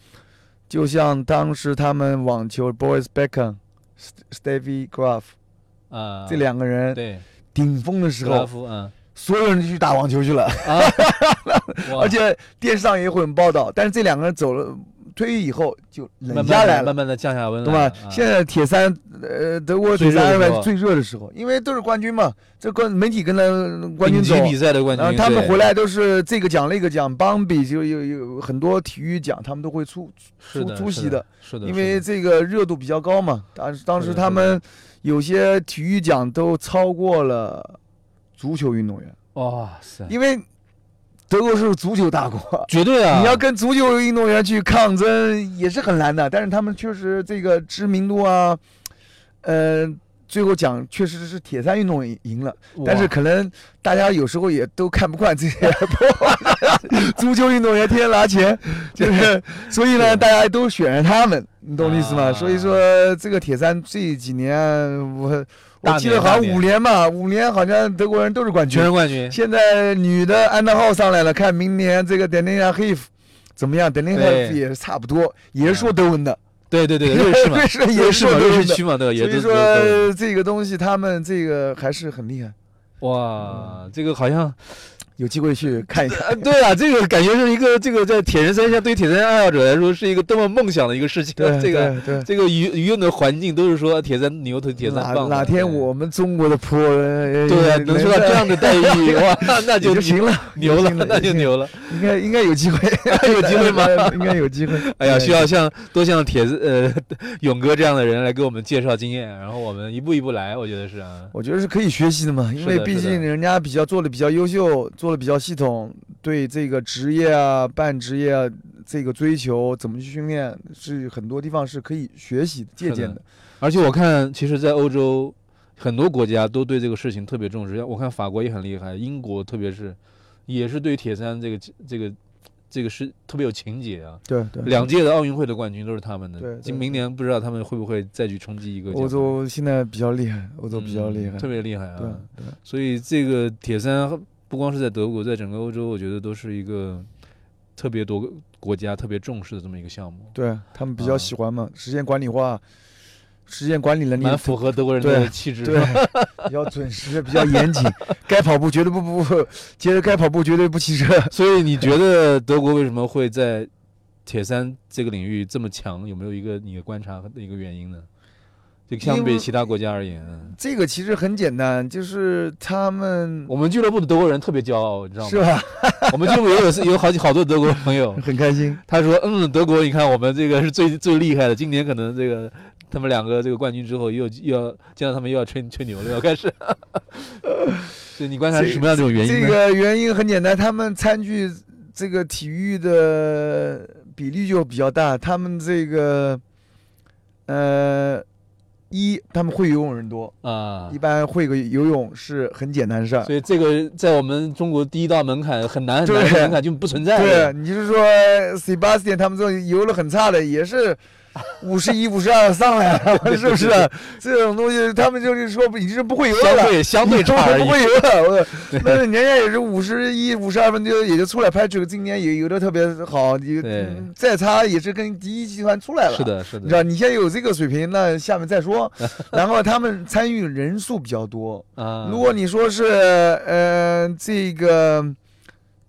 [SPEAKER 2] 就像当时他们网球 Boris Becker、Stevie Graf
[SPEAKER 1] 啊，
[SPEAKER 2] 这两个人
[SPEAKER 1] 对
[SPEAKER 2] 顶峰的时
[SPEAKER 1] 格拉
[SPEAKER 2] 候，
[SPEAKER 1] 夫 嗯
[SPEAKER 2] 所有人就去打网球去了，
[SPEAKER 1] 啊，哇
[SPEAKER 2] 而且电视上也会有报道，但是这两个人走了。退役以后就冷
[SPEAKER 1] 慢
[SPEAKER 2] 下
[SPEAKER 1] 慢
[SPEAKER 2] 来
[SPEAKER 1] 地
[SPEAKER 2] 了
[SPEAKER 1] 慢。慢的降下温
[SPEAKER 2] 懂
[SPEAKER 1] 来
[SPEAKER 2] 吧
[SPEAKER 1] 了？啊
[SPEAKER 2] 现在铁三，呃，德国
[SPEAKER 1] 最
[SPEAKER 2] 铁三
[SPEAKER 1] 热的时
[SPEAKER 2] 外
[SPEAKER 1] 候
[SPEAKER 2] 最热的时候，因为都是冠军嘛，这冠媒体跟他冠军走
[SPEAKER 1] 顶级，比赛的冠
[SPEAKER 2] 然后
[SPEAKER 1] 军，
[SPEAKER 2] 他们
[SPEAKER 1] 对
[SPEAKER 2] 回来都是这个奖那个奖，邦比就有有很多体育奖，他们都会出
[SPEAKER 1] 是的
[SPEAKER 2] 出出
[SPEAKER 1] 是
[SPEAKER 2] 席
[SPEAKER 1] 的，是的，
[SPEAKER 2] 因
[SPEAKER 1] 是的
[SPEAKER 2] 为这个热度比较高嘛。当时当
[SPEAKER 1] 是
[SPEAKER 2] 时
[SPEAKER 1] 的
[SPEAKER 2] 他
[SPEAKER 1] 是的
[SPEAKER 2] 们有些体育奖都超过了足球运动员，
[SPEAKER 1] 哇塞，
[SPEAKER 2] 因为德国是足球大国。
[SPEAKER 1] 绝对 啊！
[SPEAKER 2] 你要跟足球运动员去抗争也是很难的，但是他们确实这个知名度啊，呃，最后讲确实是铁三运动赢赢了，
[SPEAKER 1] 哇
[SPEAKER 2] 但是可能大家有时候也都看不惯这些 足球运动员天天拿钱， 就是所以呢，
[SPEAKER 1] 是
[SPEAKER 2] 大家都选着他们，你懂我意思吗？
[SPEAKER 1] 啊
[SPEAKER 2] 所以说这个铁三这几年我我
[SPEAKER 1] 大
[SPEAKER 2] 记
[SPEAKER 1] 年
[SPEAKER 2] 得好像
[SPEAKER 1] 大年
[SPEAKER 2] 五年吧，五年好像德国人都是冠军
[SPEAKER 1] 全，是冠 军，
[SPEAKER 2] 现在女的安德浩上来了，看明年这个 d a n i a Heif 怎么样 d a n i a
[SPEAKER 1] 对
[SPEAKER 2] Heif 也是差不多，也是说德文的，
[SPEAKER 1] 对对对，瑞 士 嘛，
[SPEAKER 2] 士也是
[SPEAKER 1] 瑞士
[SPEAKER 2] 说
[SPEAKER 1] 嘛，
[SPEAKER 2] 德
[SPEAKER 1] 瑞
[SPEAKER 2] 文
[SPEAKER 1] 士
[SPEAKER 2] 的。
[SPEAKER 1] 区嘛，对吧？也
[SPEAKER 2] 所以
[SPEAKER 1] 都都都
[SPEAKER 2] 说这个东西，他们这个还是很厉害，
[SPEAKER 1] 哇，这个好像
[SPEAKER 2] 有机会去看一 看。
[SPEAKER 1] 呃，对啊，这个感觉是一个这个在铁人三项对铁人爱好者来说是一个多么梦想的一个事情
[SPEAKER 2] 对
[SPEAKER 1] 啊。这
[SPEAKER 2] 对
[SPEAKER 1] 个
[SPEAKER 2] 对。
[SPEAKER 1] 这个舆舆论的环境都是说铁三牛头铁三
[SPEAKER 2] 哪
[SPEAKER 1] 棒的，
[SPEAKER 2] 哪天
[SPEAKER 1] 对
[SPEAKER 2] 我们中国的普洱人哎
[SPEAKER 1] 对啊能受到这样的待遇 哇，那
[SPEAKER 2] 也
[SPEAKER 1] 就
[SPEAKER 2] 就行了，
[SPEAKER 1] 牛
[SPEAKER 2] 也就
[SPEAKER 1] 牛了
[SPEAKER 2] 行了，
[SPEAKER 1] 那就牛了。
[SPEAKER 2] 应该应该有机会，
[SPEAKER 1] 有机会吗
[SPEAKER 2] 应该有机会。
[SPEAKER 1] 哎呀，
[SPEAKER 2] 对
[SPEAKER 1] 需要像多像铁子呃勇哥这样的人来给我们介绍经验，然后我们一步一步来，我觉得是啊。
[SPEAKER 2] 我觉得是可以学习的嘛，因
[SPEAKER 1] 是
[SPEAKER 2] 为
[SPEAKER 1] 的
[SPEAKER 2] 毕
[SPEAKER 1] 是的
[SPEAKER 2] 竟人家比较做的比较优秀，做的比较系统，对这个职业啊、半职业啊这个追求，怎么去训练，是很多地方是可以学习的、借
[SPEAKER 1] 的
[SPEAKER 2] 鉴的。
[SPEAKER 1] 而且我看，其实，在欧洲很多国家都对这个事情特别重视，像我看法国也很厉害，英国特别是也是对铁三这个这个这个是特别有情节啊。
[SPEAKER 2] 对对，
[SPEAKER 1] 两届的奥运会的冠军都是他们的，
[SPEAKER 2] 对对
[SPEAKER 1] 今
[SPEAKER 2] 对
[SPEAKER 1] 明年不知道他们会不会再去冲击一个
[SPEAKER 2] 欧
[SPEAKER 1] 奖牌
[SPEAKER 2] 洲现在比较厉害，欧洲比较厉害，
[SPEAKER 1] 嗯特别厉害啊。
[SPEAKER 2] 对对
[SPEAKER 1] 所以这个铁三不光是在德国，在整个欧洲，我觉得都是一个特别多个国家特别重视的这么一个项目，
[SPEAKER 2] 对，他们比
[SPEAKER 1] 啊
[SPEAKER 2] 较喜欢嘛，时间管理化，时间管理能力
[SPEAKER 1] 蛮符合德国人
[SPEAKER 2] 对
[SPEAKER 1] 的气质。
[SPEAKER 2] 对，比较准时，比较严谨，该跑步绝对不不不，接着该跑步绝对不骑车。
[SPEAKER 1] 所以你觉得德国为什么会在铁三这个领域这么强？有没有一个你的观察和一个原因呢？就相比
[SPEAKER 2] 因为
[SPEAKER 1] 其他国家而言，嗯
[SPEAKER 2] 这个其实很简单，就是他们
[SPEAKER 1] 我们俱乐部的德国人特别骄傲，你知道
[SPEAKER 2] 是
[SPEAKER 1] 吗？
[SPEAKER 2] 吧？
[SPEAKER 1] 我们俱乐部也有有好几好多德国朋友，
[SPEAKER 2] 很开心。
[SPEAKER 1] 他说：“嗯，德国，你看我们这个是最最厉害的，今年可能这个他们两个这个冠军之后又又要见到他们又要吹吹牛了，要 开始。对你观察是什么样的这种原因
[SPEAKER 2] 这
[SPEAKER 1] 呢？
[SPEAKER 2] 个原因很简单，他们参与这个体育的比例就比较大，他们这个呃，一他们会游泳人多，
[SPEAKER 1] 啊
[SPEAKER 2] 一，般会个游泳是很简单的事儿。
[SPEAKER 1] 所以这个在我们中国第一道门槛很难很难
[SPEAKER 2] 对
[SPEAKER 1] 的门槛就不存在
[SPEAKER 2] 对
[SPEAKER 1] 了。
[SPEAKER 2] 你就是说，Sebastian 他们这种游了很差的，也 是五十一、五十二上来了，是不是？这种东西他们就是说已经是不会游
[SPEAKER 1] 相
[SPEAKER 2] 了。
[SPEAKER 1] 对相对差而
[SPEAKER 2] 不
[SPEAKER 1] 已。
[SPEAKER 2] 会游了，我那人家也是五十一、五十二分就也就出来拍这个，今年也游的特别好，你
[SPEAKER 1] 对
[SPEAKER 2] 再差也是跟第一集团出来了。
[SPEAKER 1] 是，的，是
[SPEAKER 2] 你知道
[SPEAKER 1] 的
[SPEAKER 2] 你现在有这个水平，那下面再 说。然后他们参与人数比较多，
[SPEAKER 1] 啊。
[SPEAKER 2] 如果你说是呃这个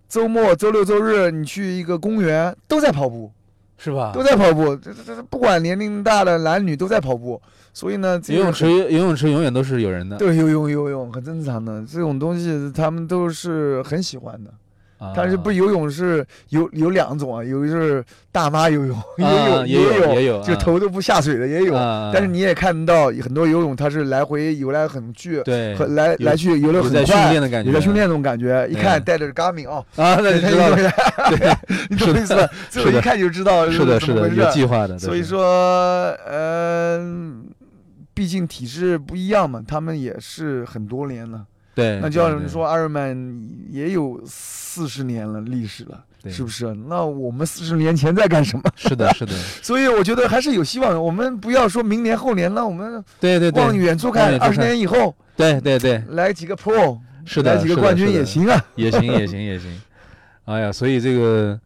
[SPEAKER 2] 周末、周六、周日你去一个公园都在跑步，
[SPEAKER 1] 是吧
[SPEAKER 2] 都，在跑步，这这这不管年龄大的男女都在跑步，所以呢，这
[SPEAKER 1] 游
[SPEAKER 2] 个
[SPEAKER 1] 泳池游泳池永远都是有人的。
[SPEAKER 2] 对，游泳游泳很正常的，这种东西他们都是很喜欢的。
[SPEAKER 1] 啊，
[SPEAKER 2] 但是不游泳是有有两种啊，有一是大妈游泳，也有
[SPEAKER 1] 啊也有
[SPEAKER 2] 有
[SPEAKER 1] 也有
[SPEAKER 2] 就
[SPEAKER 1] 啊
[SPEAKER 2] 头都不下水的也有。
[SPEAKER 1] 啊
[SPEAKER 2] 但是你也看到很多游泳，他是来回游来很去，
[SPEAKER 1] 对
[SPEAKER 2] 很来
[SPEAKER 1] 有
[SPEAKER 2] 来去游的
[SPEAKER 1] 有
[SPEAKER 2] 很
[SPEAKER 1] 在训
[SPEAKER 2] 快，
[SPEAKER 1] 练的感觉，
[SPEAKER 2] 有在训练那种感觉。一
[SPEAKER 1] 对
[SPEAKER 2] 看带着 Garmin 哦，
[SPEAKER 1] 啊，那就知道了。
[SPEAKER 2] 了， 你懂我意思吧？
[SPEAKER 1] 是
[SPEAKER 2] 所以一
[SPEAKER 1] 的
[SPEAKER 2] 看就知道
[SPEAKER 1] 是的，
[SPEAKER 2] 怎
[SPEAKER 1] 是
[SPEAKER 2] 么
[SPEAKER 1] 的，
[SPEAKER 2] 回事
[SPEAKER 1] 有计划的。
[SPEAKER 2] 所
[SPEAKER 1] 对
[SPEAKER 2] 以说，嗯、毕竟体制不一样嘛，他们也是很多年了。
[SPEAKER 1] 对，
[SPEAKER 2] 那
[SPEAKER 1] 对
[SPEAKER 2] 就像
[SPEAKER 1] 对
[SPEAKER 2] 人说，艾尔曼也有四十年了历史了，
[SPEAKER 1] 对
[SPEAKER 2] 是不是？那我们四十年前在干什么？
[SPEAKER 1] 是的，是的，
[SPEAKER 2] 所以我觉得还是有希望的。我们不要说明年后年了，我们
[SPEAKER 1] 对对
[SPEAKER 2] 往
[SPEAKER 1] 对，
[SPEAKER 2] 远处
[SPEAKER 1] 往
[SPEAKER 2] 看，
[SPEAKER 1] 远处
[SPEAKER 2] 二十
[SPEAKER 1] 看
[SPEAKER 2] 年以后
[SPEAKER 1] 对对对，
[SPEAKER 2] 来几个 Pro，
[SPEAKER 1] 是的，
[SPEAKER 2] 来几
[SPEAKER 1] 是
[SPEAKER 2] 个
[SPEAKER 1] 的
[SPEAKER 2] 冠军
[SPEAKER 1] 是的
[SPEAKER 2] 也行啊。
[SPEAKER 1] 也行，也行，也行。哎呀，所以这个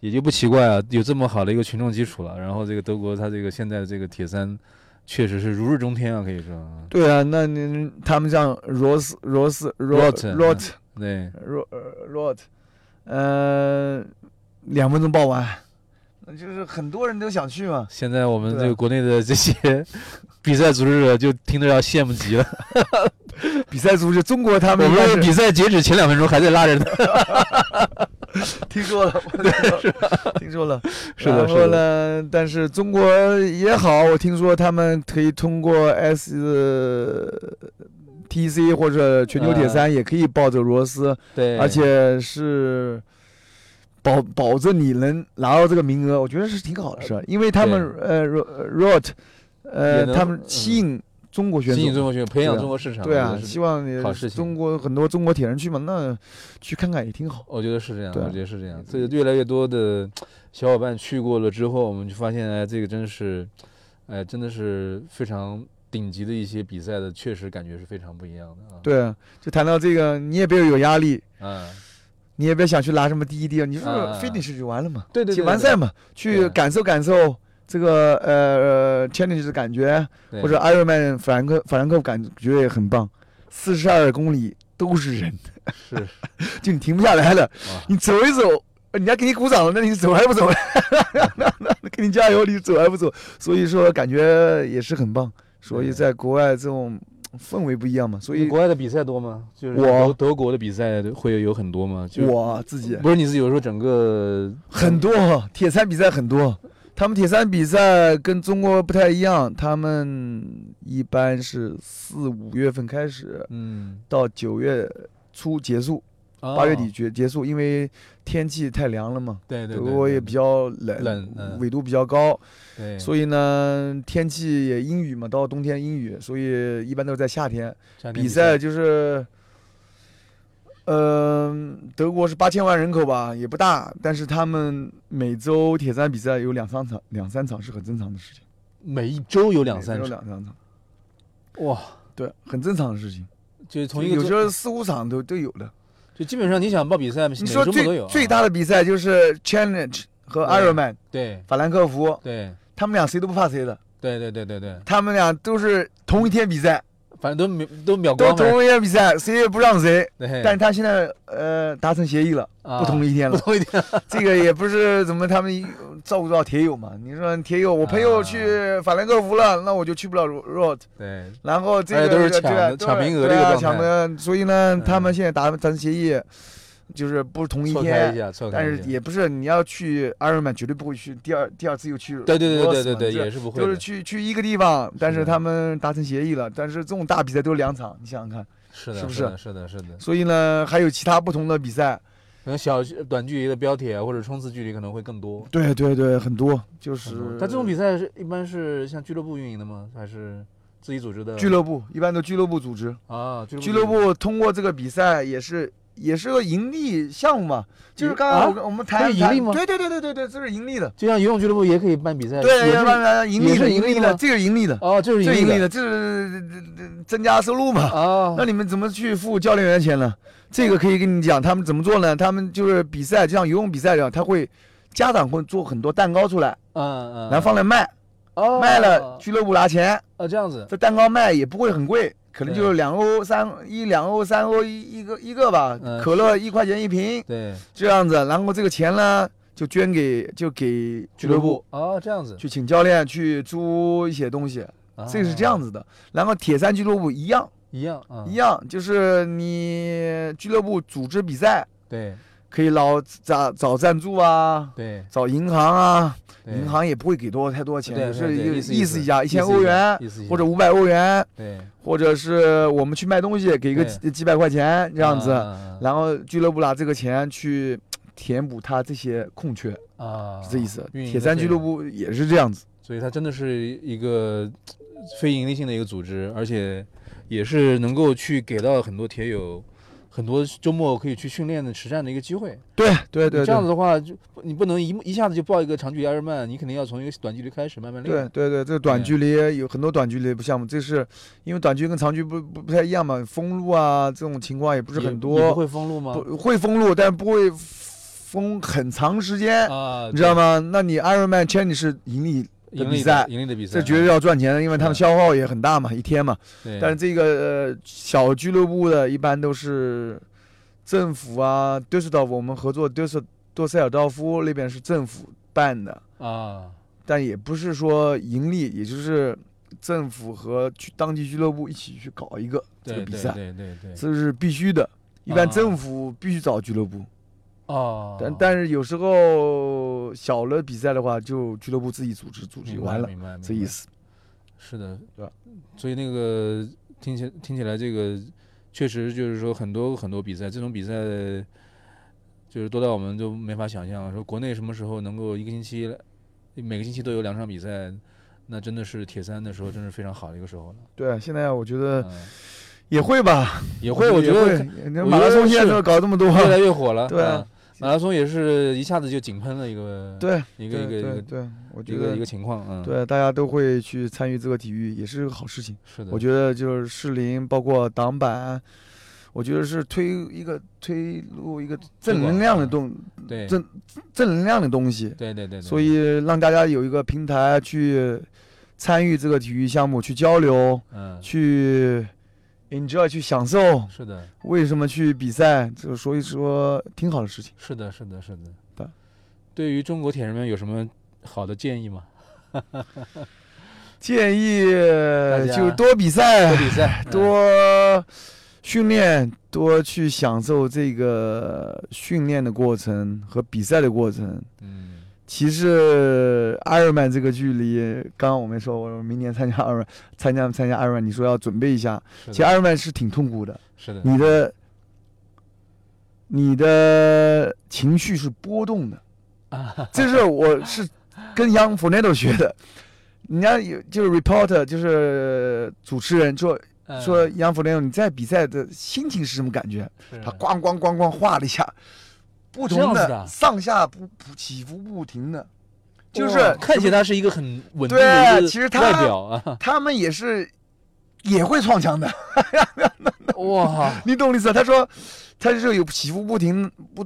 [SPEAKER 1] 也就不奇怪啊，有这么好的一个群众基础了。然后这个德国，它这个现在的这个铁三，确实是如日中天啊，可以说啊，
[SPEAKER 2] 对啊，那你他们像罗斯、罗斯、罗
[SPEAKER 1] Roth，
[SPEAKER 2] 罗
[SPEAKER 1] 嗯对，
[SPEAKER 2] 若呃若，呃，两分钟报完，就是很多人都想去嘛。
[SPEAKER 1] 现在我们
[SPEAKER 2] 对啊
[SPEAKER 1] 这个国内的这些比赛组织者就听着要羡慕极了。
[SPEAKER 2] 比赛组织中国他
[SPEAKER 1] 我
[SPEAKER 2] 们应该
[SPEAKER 1] 们
[SPEAKER 2] 是
[SPEAKER 1] 比赛截止前两分钟还在拉着他，
[SPEAKER 2] 听说了，我听说了听说了。
[SPEAKER 1] 是 的
[SPEAKER 2] 然
[SPEAKER 1] 是
[SPEAKER 2] 后
[SPEAKER 1] 的
[SPEAKER 2] 呢，但是中国也好，我听说他们可以通过 S。TC 或者全球铁三也可以抱着罗斯，
[SPEAKER 1] 对
[SPEAKER 2] 而且是保保证你能拿到这个名额，我觉得是挺好的事儿，因为他们呃 Rot，
[SPEAKER 1] 也
[SPEAKER 2] 呃
[SPEAKER 1] 能
[SPEAKER 2] 他们吸引中国选
[SPEAKER 1] 吸引中
[SPEAKER 2] 手，
[SPEAKER 1] 国选手，培
[SPEAKER 2] 对
[SPEAKER 1] 养
[SPEAKER 2] 啊
[SPEAKER 1] 中国市场，
[SPEAKER 2] 对
[SPEAKER 1] 我
[SPEAKER 2] 啊
[SPEAKER 1] 觉，得是
[SPEAKER 2] 希望你
[SPEAKER 1] 好事情
[SPEAKER 2] 中国很多中国铁人去嘛，那去看看也挺好。
[SPEAKER 1] 我觉得是这样，
[SPEAKER 2] 对啊
[SPEAKER 1] 我觉得是这样。所以越来越多的小伙伴去过了之后，我们就发现，哎，这个真的是，哎，真的是非常顶级的一些比赛的，确实感觉是非常不一样的啊。，
[SPEAKER 2] 对，啊，就谈到这个，你也别有压力，
[SPEAKER 1] 嗯，
[SPEAKER 2] 你也别想去拿什么第一、第二，你就是
[SPEAKER 1] 啊
[SPEAKER 2] finish 就完了嘛，
[SPEAKER 1] 对对对
[SPEAKER 2] 去完赛嘛，
[SPEAKER 1] 对
[SPEAKER 2] 去
[SPEAKER 1] 啊
[SPEAKER 2] 感受感受这个呃 challenge 的感觉，
[SPEAKER 1] 对
[SPEAKER 2] 或者 Ironman 法兰克法兰克感觉也很棒，四十二公里都是人，
[SPEAKER 1] 是啊
[SPEAKER 2] 就你停不下来了，你走一走，人家给你鼓掌了，那你走还不走？ 给你加油，你走还不走？所以说感觉也是很棒，所以
[SPEAKER 1] 对
[SPEAKER 2] 在国外这种氛围不一样嘛，所以
[SPEAKER 1] 国外的比赛多吗？就是
[SPEAKER 2] 我
[SPEAKER 1] 德德国的比赛会有很多吗？就是
[SPEAKER 2] 我自己
[SPEAKER 1] 不是你自己，有时候整个
[SPEAKER 2] 很多铁三比赛很多，他们铁三比赛跟中国不太一样，他们一般是四五月份开始，
[SPEAKER 1] 嗯，哦
[SPEAKER 2] 到九月初结束，
[SPEAKER 1] 八
[SPEAKER 2] 八月底结结束，因为天气太凉了嘛，
[SPEAKER 1] 对对
[SPEAKER 2] 德
[SPEAKER 1] 对，
[SPEAKER 2] 国
[SPEAKER 1] 对
[SPEAKER 2] 也比较冷，
[SPEAKER 1] 冷嗯
[SPEAKER 2] 纬度比较高，
[SPEAKER 1] 对，
[SPEAKER 2] 所以呢天气也阴雨嘛，到冬天阴雨，所以一般都是在夏天
[SPEAKER 1] 夏天
[SPEAKER 2] 比赛，就是。嗯、德国是八千万人口吧，也不大，但是他们每周铁三比赛有两三场，两三场是很正常的事情。
[SPEAKER 1] 每一周有两
[SPEAKER 2] 每
[SPEAKER 1] 三
[SPEAKER 2] 周
[SPEAKER 1] 场，
[SPEAKER 2] 两三场，
[SPEAKER 1] 哇，
[SPEAKER 2] 对，很正常的事情。
[SPEAKER 1] 就是从一个
[SPEAKER 2] 有
[SPEAKER 1] 周
[SPEAKER 2] 时候四五场都都有的。
[SPEAKER 1] 就基本上你想报比赛，每
[SPEAKER 2] 你
[SPEAKER 1] 个
[SPEAKER 2] 说
[SPEAKER 1] 周末都
[SPEAKER 2] 最、
[SPEAKER 1] 有啊
[SPEAKER 2] 最大的比赛就是 Challenge 和
[SPEAKER 1] 对
[SPEAKER 2] Ironman，
[SPEAKER 1] 对
[SPEAKER 2] 法兰克福，
[SPEAKER 1] 对
[SPEAKER 2] 他们俩谁都不怕谁的，
[SPEAKER 1] 对对对对对，
[SPEAKER 2] 他们俩都是同一天比赛，
[SPEAKER 1] 反正都秒都秒
[SPEAKER 2] 都
[SPEAKER 1] 光了。
[SPEAKER 2] 同一天比赛，谁也不让谁。
[SPEAKER 1] 对，
[SPEAKER 2] 但是他现在呃达成协议了，
[SPEAKER 1] 啊
[SPEAKER 2] 不同一天
[SPEAKER 1] 不
[SPEAKER 2] 了。
[SPEAKER 1] 同一点，
[SPEAKER 2] 这个也不是怎么他们照顾到铁友嘛？你说铁友，我朋友
[SPEAKER 1] 啊
[SPEAKER 2] 去法兰克福了，那我就去不了 road。
[SPEAKER 1] 对，
[SPEAKER 2] 然后这个
[SPEAKER 1] 而哎且都是
[SPEAKER 2] 这
[SPEAKER 1] 抢
[SPEAKER 2] 个
[SPEAKER 1] 的抢名额
[SPEAKER 2] 对
[SPEAKER 1] 这个
[SPEAKER 2] 啊
[SPEAKER 1] 状
[SPEAKER 2] 抢
[SPEAKER 1] 态
[SPEAKER 2] 的，所以呢
[SPEAKER 1] 嗯，
[SPEAKER 2] 他们现在达咱协议，就是不是同一
[SPEAKER 1] 错开一
[SPEAKER 2] 天，
[SPEAKER 1] 下，错开
[SPEAKER 2] 但
[SPEAKER 1] 一
[SPEAKER 2] 是
[SPEAKER 1] 下
[SPEAKER 2] 也不是你要去 Ironman 绝对不会去第二第二次又去 Roth 嘛。
[SPEAKER 1] 对对对对对对，
[SPEAKER 2] 这
[SPEAKER 1] 也是不会
[SPEAKER 2] 就
[SPEAKER 1] 的，
[SPEAKER 2] 是去去一个地方，但
[SPEAKER 1] 是
[SPEAKER 2] 是
[SPEAKER 1] 的
[SPEAKER 2] 他们达成协议了，但是这种大比赛都是两场，你想想看。
[SPEAKER 1] 是
[SPEAKER 2] 是
[SPEAKER 1] 的，
[SPEAKER 2] 不
[SPEAKER 1] 是的，是的，是的，
[SPEAKER 2] 所以呢，还有其他不同的比赛，
[SPEAKER 1] 可能小短距离的标铁啊或者冲刺距离可能会更多。
[SPEAKER 2] 对对对，很多就是
[SPEAKER 1] 很多。但这种比赛是一般是像俱乐部运营的吗？还是自己组织的？
[SPEAKER 2] 俱乐部一般都俱乐部组织，
[SPEAKER 1] 啊，俱乐
[SPEAKER 2] 俱乐
[SPEAKER 1] 组织
[SPEAKER 2] 部通过这个比赛也是也是个盈利项目嘛，就是刚
[SPEAKER 1] 啊
[SPEAKER 2] 刚我跟我们谈
[SPEAKER 1] 可以盈利吗
[SPEAKER 2] 谈对对对对对对，这是盈利的，
[SPEAKER 1] 就像游泳俱乐部也可以办比赛，
[SPEAKER 2] 对，
[SPEAKER 1] 也
[SPEAKER 2] 要
[SPEAKER 1] 是
[SPEAKER 2] 不然盈利
[SPEAKER 1] 也
[SPEAKER 2] 的
[SPEAKER 1] 是盈
[SPEAKER 2] 盈
[SPEAKER 1] 利
[SPEAKER 2] 利
[SPEAKER 1] 的
[SPEAKER 2] 的，
[SPEAKER 1] 吗
[SPEAKER 2] 这个盈利的，
[SPEAKER 1] 哦，就是
[SPEAKER 2] 这个
[SPEAKER 1] 盈
[SPEAKER 2] 盈利
[SPEAKER 1] 的
[SPEAKER 2] 的，这是这这增加收入嘛。
[SPEAKER 1] 啊，
[SPEAKER 2] 那你们怎么去付教练员钱呢？这个可以跟你讲，他们怎么做呢？他们就是比赛，就像游泳比赛一样，他会家长会做很多蛋糕出来，
[SPEAKER 1] 嗯嗯，
[SPEAKER 2] 然后放来卖，
[SPEAKER 1] 哦
[SPEAKER 2] 卖了俱乐部拿钱，
[SPEAKER 1] 啊这样子，
[SPEAKER 2] 这蛋糕卖也不会很贵，可能
[SPEAKER 1] 对
[SPEAKER 2] 就两欧三一两欧三欧一一个一个吧
[SPEAKER 1] 嗯，
[SPEAKER 2] 可乐一块钱一瓶
[SPEAKER 1] 对，
[SPEAKER 2] 这样子，然后这个钱呢就捐给就给俱乐部。
[SPEAKER 1] 哦，这样子，
[SPEAKER 2] 去请教练去租一些东西，这个是这样
[SPEAKER 1] 子
[SPEAKER 2] 子的。然后铁三俱乐部一样
[SPEAKER 1] 一样啊，
[SPEAKER 2] 一样，就是你俱乐部组织比赛，
[SPEAKER 1] 对
[SPEAKER 2] 可以老找找赞助啊，
[SPEAKER 1] 对，
[SPEAKER 2] 找银行啊，
[SPEAKER 1] 对
[SPEAKER 2] 银行也不会给多太多钱，
[SPEAKER 1] 对
[SPEAKER 2] 也
[SPEAKER 1] 对
[SPEAKER 2] 是
[SPEAKER 1] 对意思
[SPEAKER 2] 意
[SPEAKER 1] 意
[SPEAKER 2] 思
[SPEAKER 1] 思
[SPEAKER 2] 一下，
[SPEAKER 1] 意
[SPEAKER 2] 一
[SPEAKER 1] 思
[SPEAKER 2] 千
[SPEAKER 1] 一
[SPEAKER 2] 欧
[SPEAKER 1] 下
[SPEAKER 2] 元
[SPEAKER 1] 意思一
[SPEAKER 2] 或
[SPEAKER 1] 下
[SPEAKER 2] 者五百欧元，
[SPEAKER 1] 对
[SPEAKER 2] 或者是我们去卖东西，给个
[SPEAKER 1] 对
[SPEAKER 2] 几几百块钱这样子，
[SPEAKER 1] 啊
[SPEAKER 2] 然后俱乐部拿这个钱去填补他这些空缺，是
[SPEAKER 1] 啊啊
[SPEAKER 2] 这意思。
[SPEAKER 1] 运营
[SPEAKER 2] 铁
[SPEAKER 1] 的
[SPEAKER 2] 三
[SPEAKER 1] 费
[SPEAKER 2] 俱乐
[SPEAKER 1] 用
[SPEAKER 2] 部也是这样子，
[SPEAKER 1] 所以它真的是一个非盈利性的一个组织，而且也是能够去给到很多铁友很多周末可以去训练的实战的一个机会。
[SPEAKER 2] 对对对
[SPEAKER 1] 你这样
[SPEAKER 2] 对
[SPEAKER 1] 子。的话，就你不能一一下子就报一个长距离 Ironman，你肯定要从一个短距离开始慢慢练。
[SPEAKER 2] 对对对，这个短
[SPEAKER 1] 对
[SPEAKER 2] 距离有很多短距离的项目，这是因为短距离跟长距不不不太一样嘛，封路啊这种情况也不
[SPEAKER 1] 不
[SPEAKER 2] 是很
[SPEAKER 1] 不
[SPEAKER 2] 多，
[SPEAKER 1] 会封路吗？
[SPEAKER 2] 不会封路，但不会封很长时间，
[SPEAKER 1] 啊，
[SPEAKER 2] 你知道
[SPEAKER 1] 吗？
[SPEAKER 2] 吗？那你 Ironman Challenge 是盈利，
[SPEAKER 1] 盈利
[SPEAKER 2] 比
[SPEAKER 1] 的
[SPEAKER 2] 赛
[SPEAKER 1] 盈利的比赛，
[SPEAKER 2] 这绝对要赚钱的，因为他们
[SPEAKER 1] 是
[SPEAKER 2] 消耗也很大嘛，一天嘛。
[SPEAKER 1] 对。
[SPEAKER 2] 但是这个呃小俱乐部的，一般都是政府啊，杜塞尔多夫，我们合作杜塞杜塞尔道夫那边是政府办的，
[SPEAKER 1] 啊，
[SPEAKER 2] 但也不是说盈利，也就是政府和俱当地俱乐部一起去搞一个这个
[SPEAKER 1] 对对
[SPEAKER 2] 比赛，
[SPEAKER 1] 对对对，
[SPEAKER 2] 这是必须的。一
[SPEAKER 1] 啊
[SPEAKER 2] 般政府必须找俱乐部，
[SPEAKER 1] 哦，
[SPEAKER 2] 但但是有时候小了比赛的话，就俱乐部自己组织组织
[SPEAKER 1] 明
[SPEAKER 2] 就
[SPEAKER 1] 白
[SPEAKER 2] 完了，
[SPEAKER 1] 明白，明
[SPEAKER 2] 这意
[SPEAKER 1] 白
[SPEAKER 2] 思。
[SPEAKER 1] 是的，
[SPEAKER 2] 对吧？
[SPEAKER 1] 所以那个听起听起来，这个确实就是说很多很多比赛，这种比赛就是多到我们就没法想象。说国内什么时候能够一个星期每个星期都有两场比赛，那真的是铁三的时候，真是非常好的一个时候了。
[SPEAKER 2] 对啊，现在我觉得
[SPEAKER 1] 嗯，
[SPEAKER 2] 也会吧，
[SPEAKER 1] 也会，我觉得
[SPEAKER 2] 会那
[SPEAKER 1] 我
[SPEAKER 2] 马
[SPEAKER 1] 觉
[SPEAKER 2] 拉
[SPEAKER 1] 得
[SPEAKER 2] 松现在
[SPEAKER 1] 是
[SPEAKER 2] 都搞这么多，
[SPEAKER 1] 越来越火了。
[SPEAKER 2] 对啊
[SPEAKER 1] 嗯，马拉松也是一下子就井喷了一个
[SPEAKER 2] 对，
[SPEAKER 1] 一个一个
[SPEAKER 2] 对
[SPEAKER 1] 一
[SPEAKER 2] 对
[SPEAKER 1] 个
[SPEAKER 2] 对，我觉
[SPEAKER 1] 一个一
[SPEAKER 2] 得
[SPEAKER 1] 个情况。嗯，，
[SPEAKER 2] 对大家都会去参与这个体育，也是个好事情。
[SPEAKER 1] 是的，
[SPEAKER 2] 我觉得就是适龄，包括挡板，我觉得是推一个推入一个正能量的东
[SPEAKER 1] 得对
[SPEAKER 2] 这正能量的东西，
[SPEAKER 1] 对对对，
[SPEAKER 2] 所
[SPEAKER 1] 以
[SPEAKER 2] 以让大家有一个平台去参与这个体育项目，去交流，
[SPEAKER 1] 嗯，
[SPEAKER 2] 去 enjoy，去享受。
[SPEAKER 1] 是的。
[SPEAKER 2] 为什么去比赛？就所以说挺好的事情。
[SPEAKER 1] 是的，是的，是的。
[SPEAKER 2] 对，
[SPEAKER 1] 对于中国铁人们有什么好的建议吗？
[SPEAKER 2] 建议
[SPEAKER 1] 家
[SPEAKER 2] 就多比赛
[SPEAKER 1] 多，比赛，
[SPEAKER 2] 哎多训练，多去享受这个训练的过程和比赛的过程。
[SPEAKER 1] 嗯，
[SPEAKER 2] 其实艾尔曼这个距离，刚刚我们说，我说明年参加艾尔曼，参加参加艾尔曼，你说要准备一下。
[SPEAKER 1] 嗯，
[SPEAKER 2] 其实艾嗯尔曼是挺痛苦的，
[SPEAKER 1] 是的，
[SPEAKER 2] 你的你的情绪是波动的，这是我是跟 Young Fornado 学的。人家有就是 reporter，就是主持人说
[SPEAKER 1] 嗯
[SPEAKER 2] 说杨福良，你在比赛的心情是什么感觉？
[SPEAKER 1] 是
[SPEAKER 2] 他咣咣咣咣画了一下，不
[SPEAKER 1] 这
[SPEAKER 2] 同
[SPEAKER 1] 样子
[SPEAKER 2] 的
[SPEAKER 1] 的
[SPEAKER 2] 上下不不起伏不停的，就
[SPEAKER 1] 哇
[SPEAKER 2] 是
[SPEAKER 1] 看起来他是一个很稳定
[SPEAKER 2] 对
[SPEAKER 1] 的一个
[SPEAKER 2] 其实他
[SPEAKER 1] 外表 啊，
[SPEAKER 2] 他们也是也会撞墙的，
[SPEAKER 1] 哇，
[SPEAKER 2] 你懂我意思吧？他说他是有起伏不停不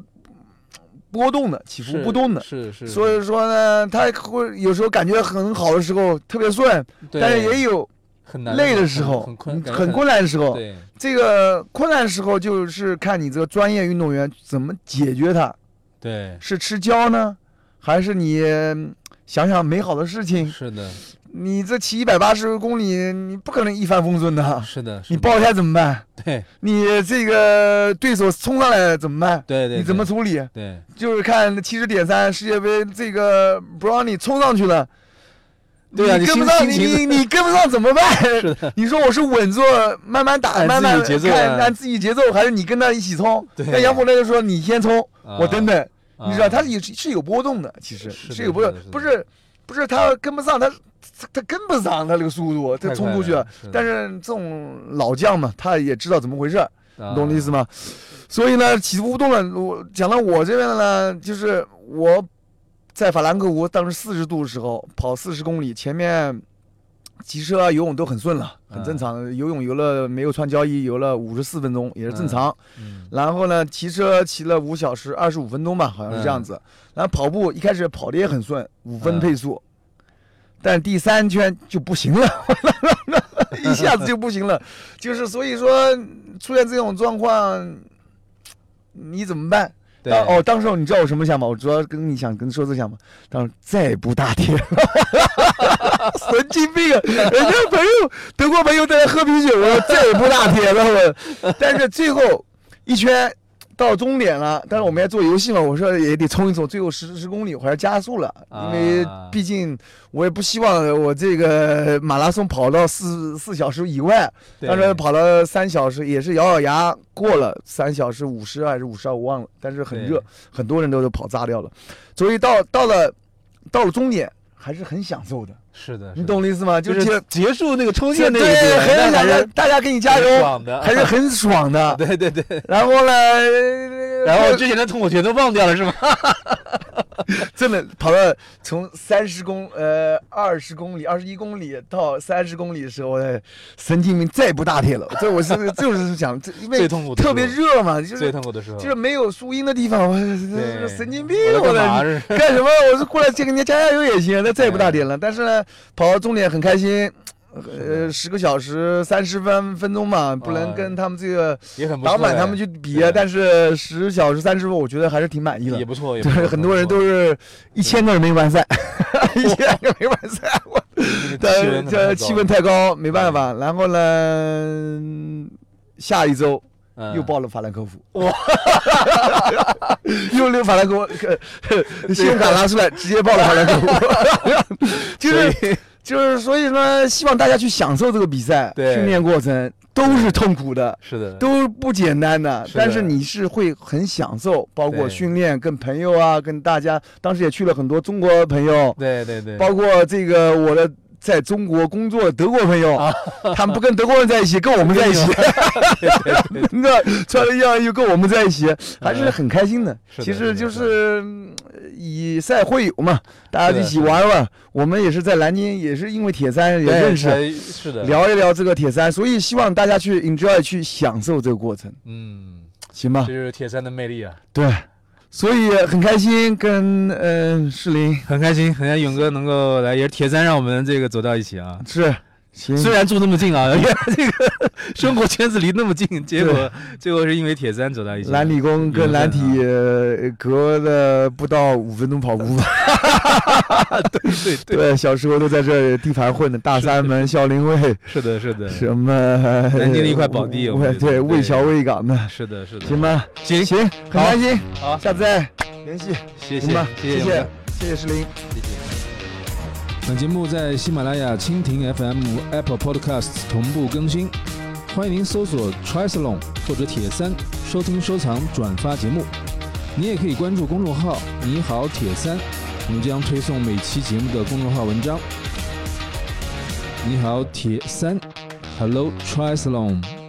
[SPEAKER 2] 波动的，起伏
[SPEAKER 1] 是
[SPEAKER 2] 不动的。
[SPEAKER 1] 是是，
[SPEAKER 2] 所以说呢，他会有时候感觉很好的时候特别顺，
[SPEAKER 1] 对
[SPEAKER 2] 但是也有
[SPEAKER 1] 很难
[SPEAKER 2] 累的
[SPEAKER 1] 很
[SPEAKER 2] 时候，
[SPEAKER 1] 很困，感觉
[SPEAKER 2] 很困难的时候。
[SPEAKER 1] 对，
[SPEAKER 2] 这个困难时候就是看你这个专业运动员怎么解决它，
[SPEAKER 1] 对，
[SPEAKER 2] 是吃胶呢，还是你嗯想想美好的事情？
[SPEAKER 1] 是的，
[SPEAKER 2] 你这骑一百八十公里，你不可能一帆风顺的，
[SPEAKER 1] 是的，是
[SPEAKER 2] 你
[SPEAKER 1] 的
[SPEAKER 2] 爆胎怎么办？
[SPEAKER 1] 对
[SPEAKER 2] 你这个对手冲上来怎么办？
[SPEAKER 1] 对对，
[SPEAKER 2] 你怎么
[SPEAKER 1] 对
[SPEAKER 2] 处理？
[SPEAKER 1] 对
[SPEAKER 2] 就是看七十点三世界杯这个 Brownie 冲上去了。
[SPEAKER 1] 对呀
[SPEAKER 2] 你
[SPEAKER 1] 你
[SPEAKER 2] 跟不
[SPEAKER 1] 心
[SPEAKER 2] 上，
[SPEAKER 1] 心
[SPEAKER 2] 你
[SPEAKER 1] 情
[SPEAKER 2] 你你跟不上怎么 办？ 你说我是稳坐，慢慢打，
[SPEAKER 1] 按
[SPEAKER 2] 慢慢
[SPEAKER 1] 自己节奏啊
[SPEAKER 2] 看按自己节奏，还是你跟他一起冲？
[SPEAKER 1] 对
[SPEAKER 2] 那杨虎那就说你先冲，
[SPEAKER 1] 啊
[SPEAKER 2] 我等等。你知道
[SPEAKER 1] 啊
[SPEAKER 2] 他也是是有波动的，其实
[SPEAKER 1] 是的
[SPEAKER 2] 有波
[SPEAKER 1] 是的是
[SPEAKER 2] 动，
[SPEAKER 1] 的
[SPEAKER 2] 不是不是他跟不上，他他他跟不上他这个速度，他
[SPEAKER 1] 太
[SPEAKER 2] 冲
[SPEAKER 1] 快
[SPEAKER 2] 出去
[SPEAKER 1] 了
[SPEAKER 2] 了。
[SPEAKER 1] 是的
[SPEAKER 2] 但是这种老将嘛，他也知道怎么回事儿，你懂我的意思
[SPEAKER 1] 啊
[SPEAKER 2] 吗？所以呢，起伏不动了。我讲到我这边呢，就是我在法兰克福当时四十度的时候跑四十公里，前面骑车啊、游泳都很顺了，很正常。游泳游了没有穿胶衣，游了五十四分钟也是正常。
[SPEAKER 1] 嗯
[SPEAKER 2] 然后呢，骑车骑了五小时二十五分钟吧，好像是这样子。然后跑步一开始跑的也很顺，五分
[SPEAKER 1] 嗯
[SPEAKER 2] 配速，但第三圈就不行了， 一下子就不行了。就是所以说出现这种状况，你怎么办？
[SPEAKER 1] 对
[SPEAKER 2] 当哦，当时你知道我什么想法？我主要跟你想跟你说这想法，当时再也不打铁了， 神经病啊！人家朋友德国朋友在那喝啤酒，我再也不打铁了。我，但是最后一圈到终点了，但是我们要做游戏嘛，我说也得冲一冲，最后十十公里我还是加速了，因为
[SPEAKER 1] 啊
[SPEAKER 2] 毕竟我也不希望我这个马拉松跑到四四小时以外，
[SPEAKER 1] 对
[SPEAKER 2] 当时跑了三小时，也是咬咬牙过了三小时五十还是五十二，我忘了。但是很热
[SPEAKER 1] 对，
[SPEAKER 2] 很多人都是跑炸掉了。所以到到了到了终点，还是很享受的，
[SPEAKER 1] 是的，
[SPEAKER 2] 你
[SPEAKER 1] 是的
[SPEAKER 2] 懂我的意思吗？
[SPEAKER 1] 就
[SPEAKER 2] 结
[SPEAKER 1] 是结束那个冲线那一
[SPEAKER 2] 对，
[SPEAKER 1] 步
[SPEAKER 2] 很
[SPEAKER 1] 那
[SPEAKER 2] 享
[SPEAKER 1] 还
[SPEAKER 2] 受
[SPEAKER 1] 是，
[SPEAKER 2] 大家给你加
[SPEAKER 1] 挺
[SPEAKER 2] 油，
[SPEAKER 1] 爽的，
[SPEAKER 2] 还 是很爽的。
[SPEAKER 1] 对对对。
[SPEAKER 2] 然后 呢，
[SPEAKER 1] 然后之前的痛苦全都忘掉了是吗？
[SPEAKER 2] 真的跑到从三十公呃二十公里、二十一公里到三十公里的时候，哎神经病再也不打铁了。这我是 就是想，这因为
[SPEAKER 1] 最痛苦的时
[SPEAKER 2] 特
[SPEAKER 1] 候
[SPEAKER 2] 别热嘛，就是
[SPEAKER 1] 最痛苦的时候，
[SPEAKER 2] 就是没有树荫的地方，我
[SPEAKER 1] 嗯 对
[SPEAKER 2] 神经病，
[SPEAKER 1] 我
[SPEAKER 2] 我
[SPEAKER 1] 在干嘛
[SPEAKER 2] 的
[SPEAKER 1] 是？哎
[SPEAKER 2] 干什么？我是过来借给人家加加油也行，那再也不打点了。但是呢，跑到终点很开心，
[SPEAKER 1] 是
[SPEAKER 2] 呃，
[SPEAKER 1] 的
[SPEAKER 2] 十个小时三十分分钟嘛，不能
[SPEAKER 1] 啊
[SPEAKER 2] 跟他们这个
[SPEAKER 1] 也很不错
[SPEAKER 2] 挡板
[SPEAKER 1] 哎
[SPEAKER 2] 他们去比啊
[SPEAKER 1] 是的，
[SPEAKER 2] 但是十小时三十分，我觉得还是挺满意
[SPEAKER 1] 也
[SPEAKER 2] 的。
[SPEAKER 1] 不错，也
[SPEAKER 2] 就
[SPEAKER 1] 不
[SPEAKER 2] 是
[SPEAKER 1] 错
[SPEAKER 2] 很多人都
[SPEAKER 1] 是
[SPEAKER 2] 是一千个人没 完赛，一千个人没完赛，我 但这气温太高，没办
[SPEAKER 1] 哎
[SPEAKER 2] 法。然后呢，下一周又
[SPEAKER 1] 爆
[SPEAKER 2] 报了法兰克福，
[SPEAKER 1] 哇，
[SPEAKER 2] 又溜法兰克 福，信用卡拿出来直接报了法兰
[SPEAKER 1] 啊
[SPEAKER 2] 克福，就是就是，所以呢，希望大家去享受这个比赛，
[SPEAKER 1] 对
[SPEAKER 2] 训练过程都是痛苦的。
[SPEAKER 1] 是的，
[SPEAKER 2] 都不简单的，
[SPEAKER 1] 是的
[SPEAKER 2] 但是你是会很享受，包括
[SPEAKER 1] 对
[SPEAKER 2] 训练、跟朋友啊，跟大家，当时也去了很多中国朋友，
[SPEAKER 1] 对对对，
[SPEAKER 2] 包括这个我的在中国工作的德国朋友，
[SPEAKER 1] 啊
[SPEAKER 2] 他们不跟德国人在一起，跟我们在 一起， 那穿的一样又跟我们在一起，还是很开心的。
[SPEAKER 1] 哎是的
[SPEAKER 2] 其
[SPEAKER 1] 是
[SPEAKER 2] 实
[SPEAKER 1] 的
[SPEAKER 2] 就是嗯以赛会友嘛，大家
[SPEAKER 1] 是
[SPEAKER 2] 一
[SPEAKER 1] 的
[SPEAKER 2] 起
[SPEAKER 1] 是的
[SPEAKER 2] 玩玩。我们也是在南京，也是因为铁三也
[SPEAKER 1] 对
[SPEAKER 2] 认识。
[SPEAKER 1] 才是的，
[SPEAKER 2] 聊一聊这个铁三，所以希望大家去 enjoy 去享受这个过程，
[SPEAKER 1] 嗯，
[SPEAKER 2] 行吧
[SPEAKER 1] 这？就是铁三的魅力啊，
[SPEAKER 2] 对，所以很开心跟嗯、呃、世林
[SPEAKER 1] 很开心，很开心勇哥能够来，也是铁三让我们这个走到一起啊。
[SPEAKER 2] 是行，
[SPEAKER 1] 虽然住那么近 啊，这个生活圈子离那么近，结果最后是因为铁三走到一起。啊
[SPEAKER 2] 蓝理工跟蓝体
[SPEAKER 1] 缘
[SPEAKER 2] 呃隔了不到五分钟跑步，
[SPEAKER 1] 对 对，
[SPEAKER 2] 对，小时候都在这地盘混的，大三门、校林会，
[SPEAKER 1] 是的，是的，
[SPEAKER 2] 什么
[SPEAKER 1] 南京的一块宝地我
[SPEAKER 2] 魏
[SPEAKER 1] 们
[SPEAKER 2] 对
[SPEAKER 1] 对
[SPEAKER 2] 魏桥魏港的，
[SPEAKER 1] 是的，是的。
[SPEAKER 2] 行吧，
[SPEAKER 1] 行
[SPEAKER 2] 行，很
[SPEAKER 1] 好
[SPEAKER 2] 开心，
[SPEAKER 1] 好，
[SPEAKER 2] 下次再联系，
[SPEAKER 1] 谢谢
[SPEAKER 2] 行吧，，
[SPEAKER 1] 谢
[SPEAKER 2] 谢
[SPEAKER 1] 勇哥，
[SPEAKER 2] 谢谢世林。
[SPEAKER 1] 谢谢。
[SPEAKER 3] 本节目在喜马拉雅、蜻蜓 FM、Apple Podcasts 同步更新，欢迎您搜索 Triathlon 或者铁三收听、收藏、转发节目。你也可以关注公众号“你好铁三”，我们将推送每期节目的公众号文章。你好铁三，Hello Triathlon。